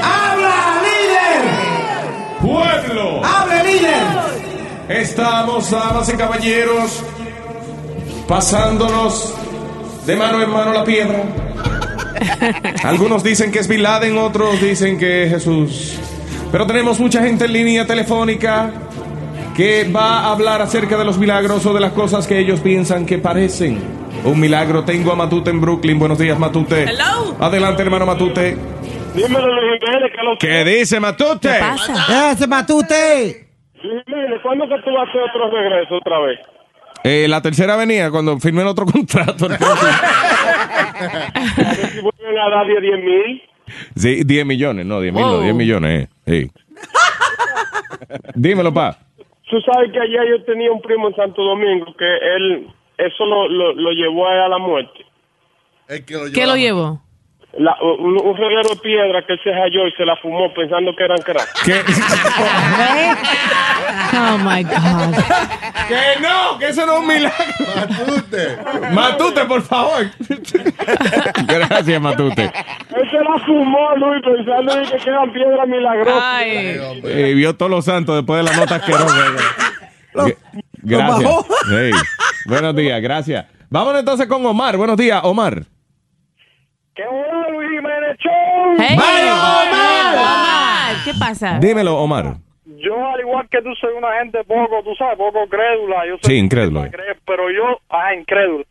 ¡Habla, líder! ¡Pueblo! ¡Hable, líder! Estamos, damas y caballeros, pasándonos de mano en mano la piedra. Algunos dicen que es Bin Laden, otros dicen que es Jesús. Pero tenemos mucha gente en línea telefónica que va a hablar acerca de los milagros o de las cosas que ellos piensan que parecen. Un milagro. Tengo a Matute en Brooklyn. Buenos días, Matute. Hello. Adelante, hermano Matute. Dímelo, Luis Jiménez, que lo ¿Qué dice Matute? ¡Ese matute! Luis Jiménez, ¿cuándo que tú vas a hacer otro regreso otra vez? Eh, la tercera venía cuando firmé el otro contrato. Pero si vuelven a dar 10 mil. Sí, 10 millones, no, 10 mil, no, Wow. 10 millones, eh. sí. Dímelo, pa. Tú sabes que ayer yo tenía un primo en Santo Domingo que él, eso lo, lo, lo llevó a la muerte. Es que lo ¿Qué lo llevó? la- un, un reguero de piedra que él se halló y se la fumó pensando que eran crack. Oh my God. Que no, que eso no es un milagro. Matute. Matute, por favor. Gracias, Matute. Él se la fumó, Luis, pensando en que eran piedras milagrosas. Eh, vio todos los santos después de la nota asquerosa. Gra- Gracias. bajó. Hey, Buenos días, gracias. Vamos entonces con Omar. Buenos días, Omar. ¡Qué bueno, Luis Jiménez Show! ¡Vaya, Omar! Omar, ¿Qué pasa? Dímelo, Omar. Yo, al igual que tú, soy una gente poco, tú sabes, poco crédula. Yo soy Sí, incrédulo. cre- pero yo, ah, incrédulo.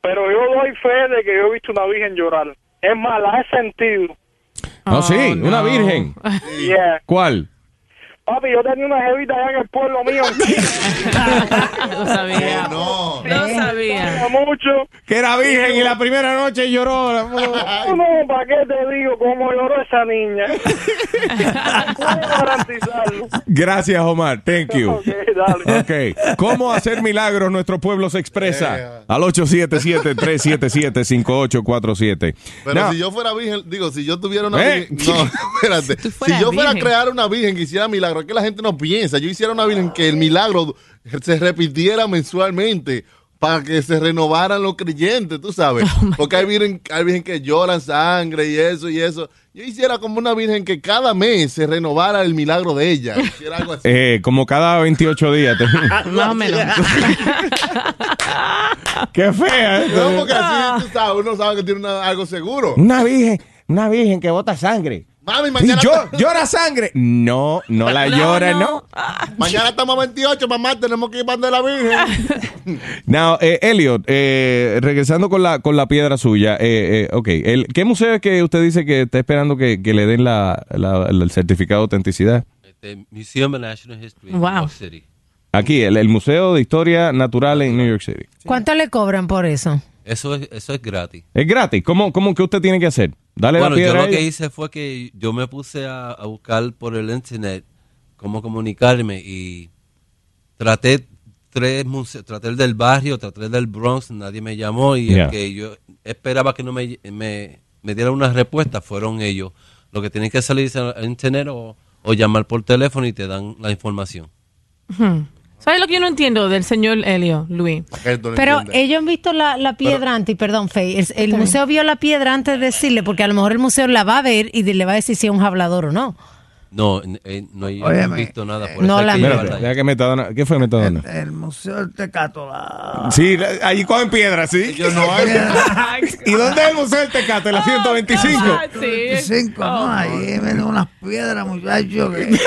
Pero yo doy fe de que yo he visto una virgen llorar. Es más, la he sentido. No, sí, una virgen. Yeah. ¿Cuál? Papi, yo tenía una jevita allá en el pueblo mío. No sabía. No, sabía. mucho. Que era virgen y la primera noche lloró. No, ¿para qué te digo cómo lloró esa niña? Puedo garantizarlo. Gracias, Omar. Thank you. dale. Ok. ¿Cómo hacer milagros? Nuestro pueblo se expresa. Al 877-377-5847. Pero No. si yo fuera virgen, digo, si yo tuviera una ¿Eh? virgen. No, espérate. Si fueras yo fuera a virgen. crear una virgen que hiciera milagro, es que la gente no piensa. Yo hiciera una virgen que el milagro se repitiera mensualmente para que se renovaran los creyentes, tú sabes. Porque hay virgen, hay virgen que lloran sangre y eso y eso. Yo hiciera como una virgen que cada mes se renovara el milagro de ella. Hiciera algo así. Eh, como cada 28 días. te- Más o menos. Qué fea. ¿eh? No, porque así tú sabes, uno sabe que tiene una- algo seguro. Una virgen, una virgen que bota sangre. Mami, Sí, mañana. llo- llora sangre. No, no la Ah, llora, no. Ah. Mañana estamos a 28, mamá, tenemos que ir para la Virgen. Now, eh, Elliot, eh, regresando con la con la piedra suya, eh, eh, ok, el, ¿qué museo es que usted dice que está esperando que, que le den la, la- el certificado de autenticidad? Este, Museum of National History Wow. in New York City. Aquí, el, el Museo de Historia Natural en New York City. ¿Cuánto le cobran por eso? Eso es, eso es gratis. Es gratis. ¿Cómo, cómo que usted tiene que hacer? Dale bueno, la piedra. yo a lo que ellos. hice fue que yo me puse a, a buscar por el internet cómo comunicarme y traté tres museos, traté el del barrio, traté el del Bronx, nadie me llamó y Yeah. el que yo esperaba que no me, me, me dieran una respuesta fueron ellos. Lo que tienen que salir es al internet o, o llamar por teléfono y te dan la información. Hmm. ¿Sabes lo que yo no entiendo del señor Elio, Luis? Pero ellos han visto la, la piedra antes, perdón, Faye. El, el museo vio la piedra antes de decirle, porque a lo mejor el museo la va a ver y de- le va a decir si es un hablador o no. No, n- eh, no hay no he Óyeme, visto nada. eh, Por no eso hay la- que Espérate, llevarla ahí. deja que Metadona- ¿Qué fue Metadona? Este, El Museo del Tecato. la- Sí, la- ahí cogen piedra, sí. ¿Y dónde es el Museo del Tecato? Ah, En la 125. Cinco, Oh. no, ahí venden unas piedras, muchachos. que-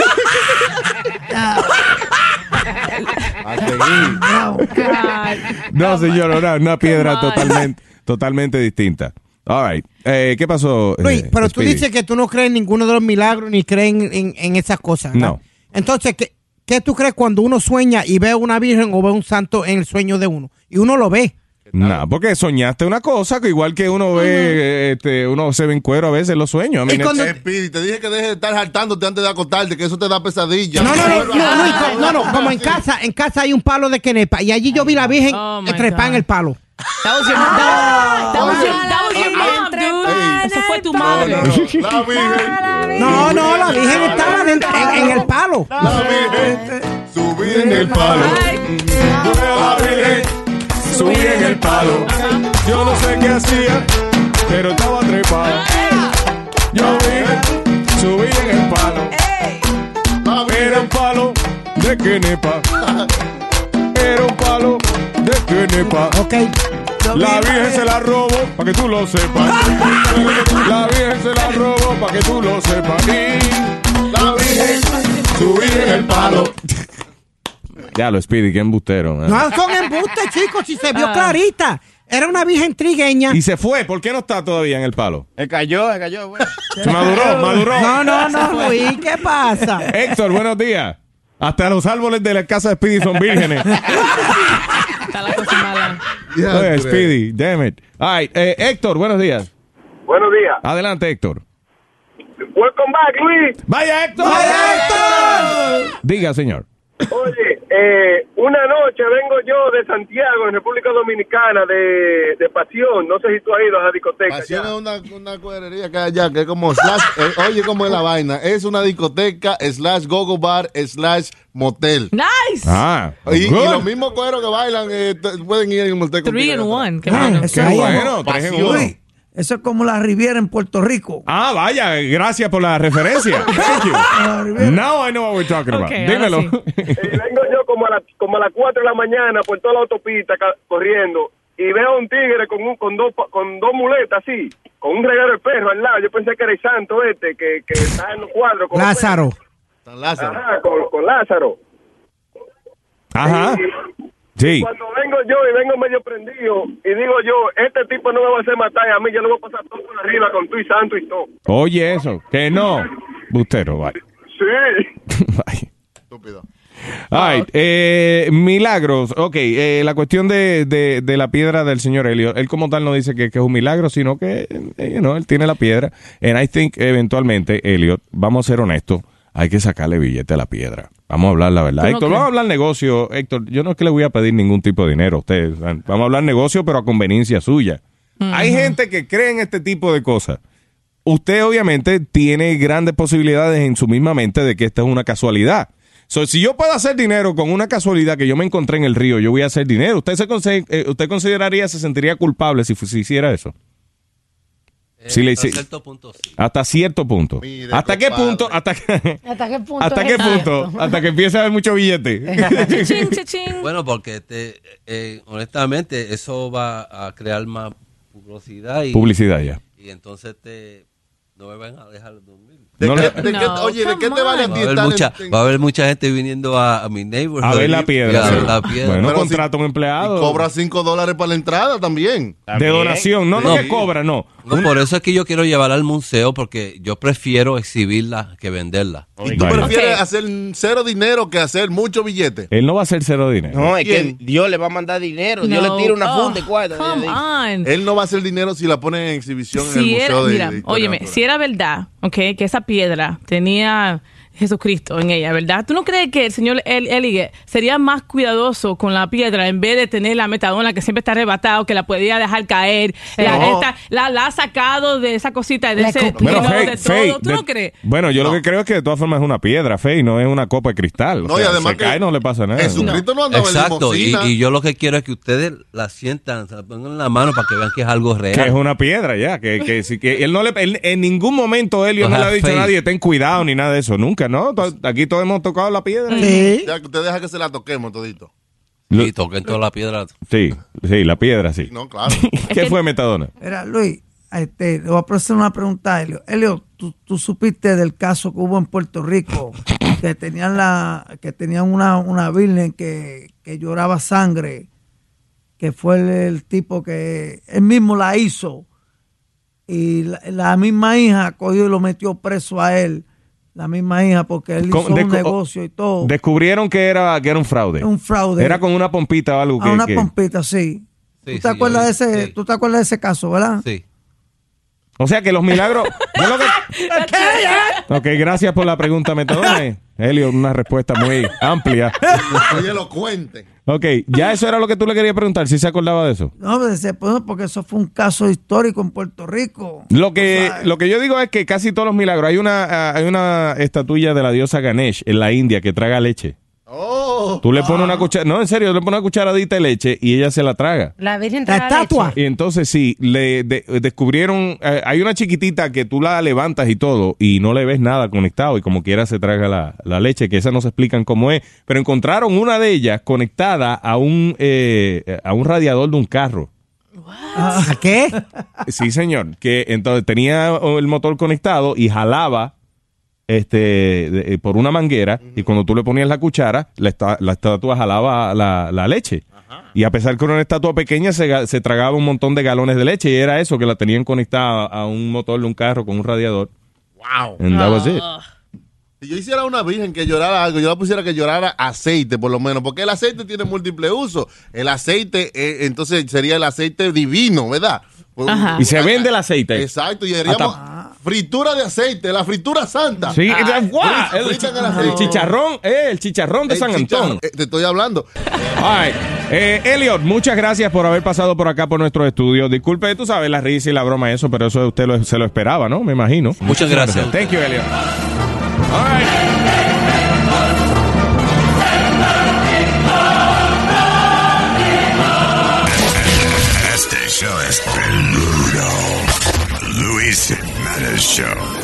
No. No, señor, una, una piedra Come on. totalmente, totalmente distinta. All right. Eh, ¿Qué pasó? eh, Luis, pero tú Speedy? dices que tú no crees en ninguno de los milagros ni crees en, en- en esas cosas. No. Entonces, ¿qué, qué tú crees cuando uno sueña y ve una virgen o ve un santo en el sueño de uno? Y uno lo ve. No, porque soñaste una cosa que igual que uno ve, eh, este, uno se ve en cuero a veces en los sueños. A mí no- Eh, Pidi, te dije que dejes de estar hartándote antes de acostarte, que eso te da pesadilla. No, no, no, no, Luis, co- no, no, como en casa, en casa hay un palo de quenepa y allí yo vi la virgen Oh, my trepada en el palo. That was your, Ah, that, that was your, that was your mom, dude. Eso fue tu madre. La virgen. No, no, la virgen estaba dentro- en, en el palo. Subí en el palo. la virgen, subí en el palo. Yo no sé qué hacía, pero estaba trepado. Yo vi, subí en el palo. Era un palo de quenepa. Era un palo de quenepa. La virgen se la robó para que tú lo sepas. La virgen se la robó para que tú lo sepas. Y la virgen subí en el palo. Ya lo Speedy, qué embustero. man. No son embustes, chicos, si se vio Ah. clarita. Era una virgen trigueña. Y se fue, ¿por qué no está todavía en el palo? Se cayó, se cayó, güey. Se maduró, maduró. No, no, no, Luis, ¿qué pasa? Héctor, buenos días. Hasta los árboles de la casa de Speedy son vírgenes. Ya, Oye, tú Speedy, damn it. All right, eh, Héctor, buenos días. Buenos días. Adelante, Héctor. Welcome back, Luis. ¡Vaya Héctor! Diga, señor. Oye, Eh, una noche vengo yo de Santiago, en República Dominicana, de, de Pasión. No sé si tú has ido a esa discoteca. Pasión ya. es una, una cuerería que hay allá, que es como slash, eh, oye, cómo es la vaina. Es una discoteca, slash gogo bar, slash motel. Nice. Ah, Y, y good. los mismos cueros que bailan eh, t- pueden ir en un motel. Three contigo. in one. Qué Ah, bueno. qué bueno, tres en uno. Luis, Eso es como la Riviera en Puerto Rico. Ah, vaya, gracias por la referencia. Thank you. Now I know what we're talking about. Ok, ahora Dímelo. Y Eh, vengo yo como a, las como a las 4 de la mañana por toda la autopista ca- corriendo y veo a un tigre con un con dos pa- con dos muletas así, con un regalo de perro al lado. Yo pensé que era el santo este que, que está en los cuadros. Con los Lázaro. perros. Ajá, con, con Lázaro. Ajá. Y Sí. Cuando vengo yo y vengo medio prendido y digo yo, este tipo no me va a hacer matar a mí, yo le voy a pasar todo por arriba con tu y santo y todo. Oye, eso. Que no. Bustero, bye. Sí. All right, eh, milagros. Ok, eh, la cuestión de, de- de la piedra del señor Elliot. Él como tal no dice que, que es un milagro, sino que eh, you know, él tiene la piedra. And I think eventualmente, Elliot, vamos a ser honestos, hay que sacarle billete a la piedra. Vamos a hablar la verdad. ¿Tú no Héctor, crees? vamos a hablar negocio. Héctor, yo no es que le voy a pedir ningún tipo de dinero a ustedes. Vamos a hablar negocio, pero a conveniencia suya. Hay gente que cree en este tipo de cosas. Usted obviamente tiene grandes posibilidades en su misma mente de que esta es una casualidad. So, si yo puedo hacer dinero con una casualidad que yo me encontré en el río, yo voy a hacer dinero. ¿Usted se conse- eh, usted consideraría, se sentiría culpable si, fu- si hiciera eso? Si le Eh, hasta hice- cierto punto, Hasta cierto punto. ¿Hasta qué punto? ¿Hasta, qué- ¿Hasta qué punto? hasta es qué eso? punto? Hasta que empiece a haber mucho billete. Ching, ching, ching. Bueno, porque este, eh, honestamente eso va a crear más publicidad. Y, Publicidad, ya. Y entonces te, no me van a dejar dormir. ¿De qué- de qué- No, oye, ¿de qué te vale a ti Va a haber estar mucha, en- va a haber mucha gente viniendo a, a mi neighborhood. A ver la y- piedra, y a sí. ver la piedra. Bueno, Pero contrata un empleado. Y cobra 5 dólares para la entrada también. De donación. No, no que cobra, no. No, por eso es que yo quiero llevarla al museo porque yo prefiero exhibirla que venderla. ¿Y tú prefieres hacer cero dinero que hacer mucho billete? Él no va a hacer cero dinero. No, es que Dios le va a mandar dinero. Dios No. le tira una funda y Oh, cuatro. come on. Él no va a hacer dinero si la pone en exhibición en el Si era, museo de, mira, de historia óyeme, si era verdad, ok, que esa piedra tenía Jesucristo en ella, ¿verdad? ¿Tú no crees que el señor El Elige sería más cuidadoso con la piedra en vez de tener la metadona que siempre está arrebatado, que la podía dejar caer? La, No. esta- la, la ha sacado de esa cosita, de ese de Bueno, fake, todo. fake. ¿Tú De- no crees? Bueno, yo lo que creo es que de todas formas es una piedra, fake, no es una copa de cristal. O No, y sea, además se que cae, no le pasa nada. Jesucristo no andaba en Exacto, y, limusina. y yo lo que quiero es que ustedes la sientan, se la pongan en la mano para que vean que es algo real. Que es una piedra ya, que, que, si- que él no le, él- en ningún momento Elio no Ojalá le ha dicho a fake. nadie, ten cuidado ni nada de eso, nunca, ¿no? To- Aquí todos hemos tocado la piedra. Ya que usted deja que se la toquemos todito. Y toquen toda la piedra. Sí, sí, la piedra, sí. No, claro. ¿Qué fue Metadona? Mira, Luis, este, le voy a hacer una pregunta a Elio. Elio, ¿tú, tú supiste del caso que hubo en Puerto Rico, que tenían la, que tenían una, una virgen que, que lloraba sangre, que fue el, el tipo que él mismo la hizo, y la, la misma hija cogió y lo metió preso a él, la misma hija, porque él hizo Con- un descu- negocio y todo. Descubrieron que era, que era un fraude. Oh. Un fraude. Era con una pompita o algo a que... Ah, una que- pompita, sí. ¿Tú, te acuerdas de ese, ¿Tú te acuerdas de ese caso, verdad? Sí. O sea que los milagros... yo lo que- ¿Qué? Ok, gracias por la pregunta, Metadona. Elio, una respuesta muy amplia. Oye, elocuente. Ok, ya eso era lo que tú le querías preguntar, si se acordaba de eso. No, pues, se puso porque eso fue un caso histórico en Puerto Rico. Lo que, lo que yo digo es que casi todos los milagros. Hay una, ah, hay una estatuilla de la diosa Ganesh en la India que traga leche. Tú le pones una cuchara, no, en serio, le pones una cucharadita de leche y ella se la traga. La Virgen traga leche. Y entonces sí, le de- descubrieron, eh, hay una chiquitita que tú la levantas y todo y no le ves nada conectado y como quiera se traga la, la leche, que esa no se explican cómo es, pero encontraron una de ellas conectada a un, eh, a un radiador de un carro. ¿A qué? Sí, señor. Que entonces tenía el motor conectado y jalaba este de- eh, por una manguera y cuando tú le ponías la cuchara, la, esta- la estatua jalaba la, la leche. Y a pesar que era una estatua pequeña, se, ga- se tragaba un montón de galones de leche y era eso, que la tenían conectada a un motor de un carro con un radiador. Wow. And that was it. Oh. Si yo hiciera una virgen que llorara algo, yo la pusiera que llorara aceite, por lo menos, porque el aceite tiene múltiple uso. El aceite, eh, entonces sería el aceite divino, ¿verdad? Por- Y se vende el aceite. Exacto, y haríamos fritura de aceite, la fritura santa. Sí, Ah, la- ¡guau! fritan el, chi- el aceite. el chicharrón, eh, el chicharrón de El San chicharrón, Antón. eh, te estoy hablando. All right. Eh, Elliot, muchas gracias por haber pasado por acá por nuestro estudio. Disculpe, tú sabes la risa y la broma y eso, pero eso usted lo- se lo esperaba, ¿no? Me imagino. Muchas gracias. Thank you, Elliot. Este show es peludo. Luis Jiménez Show.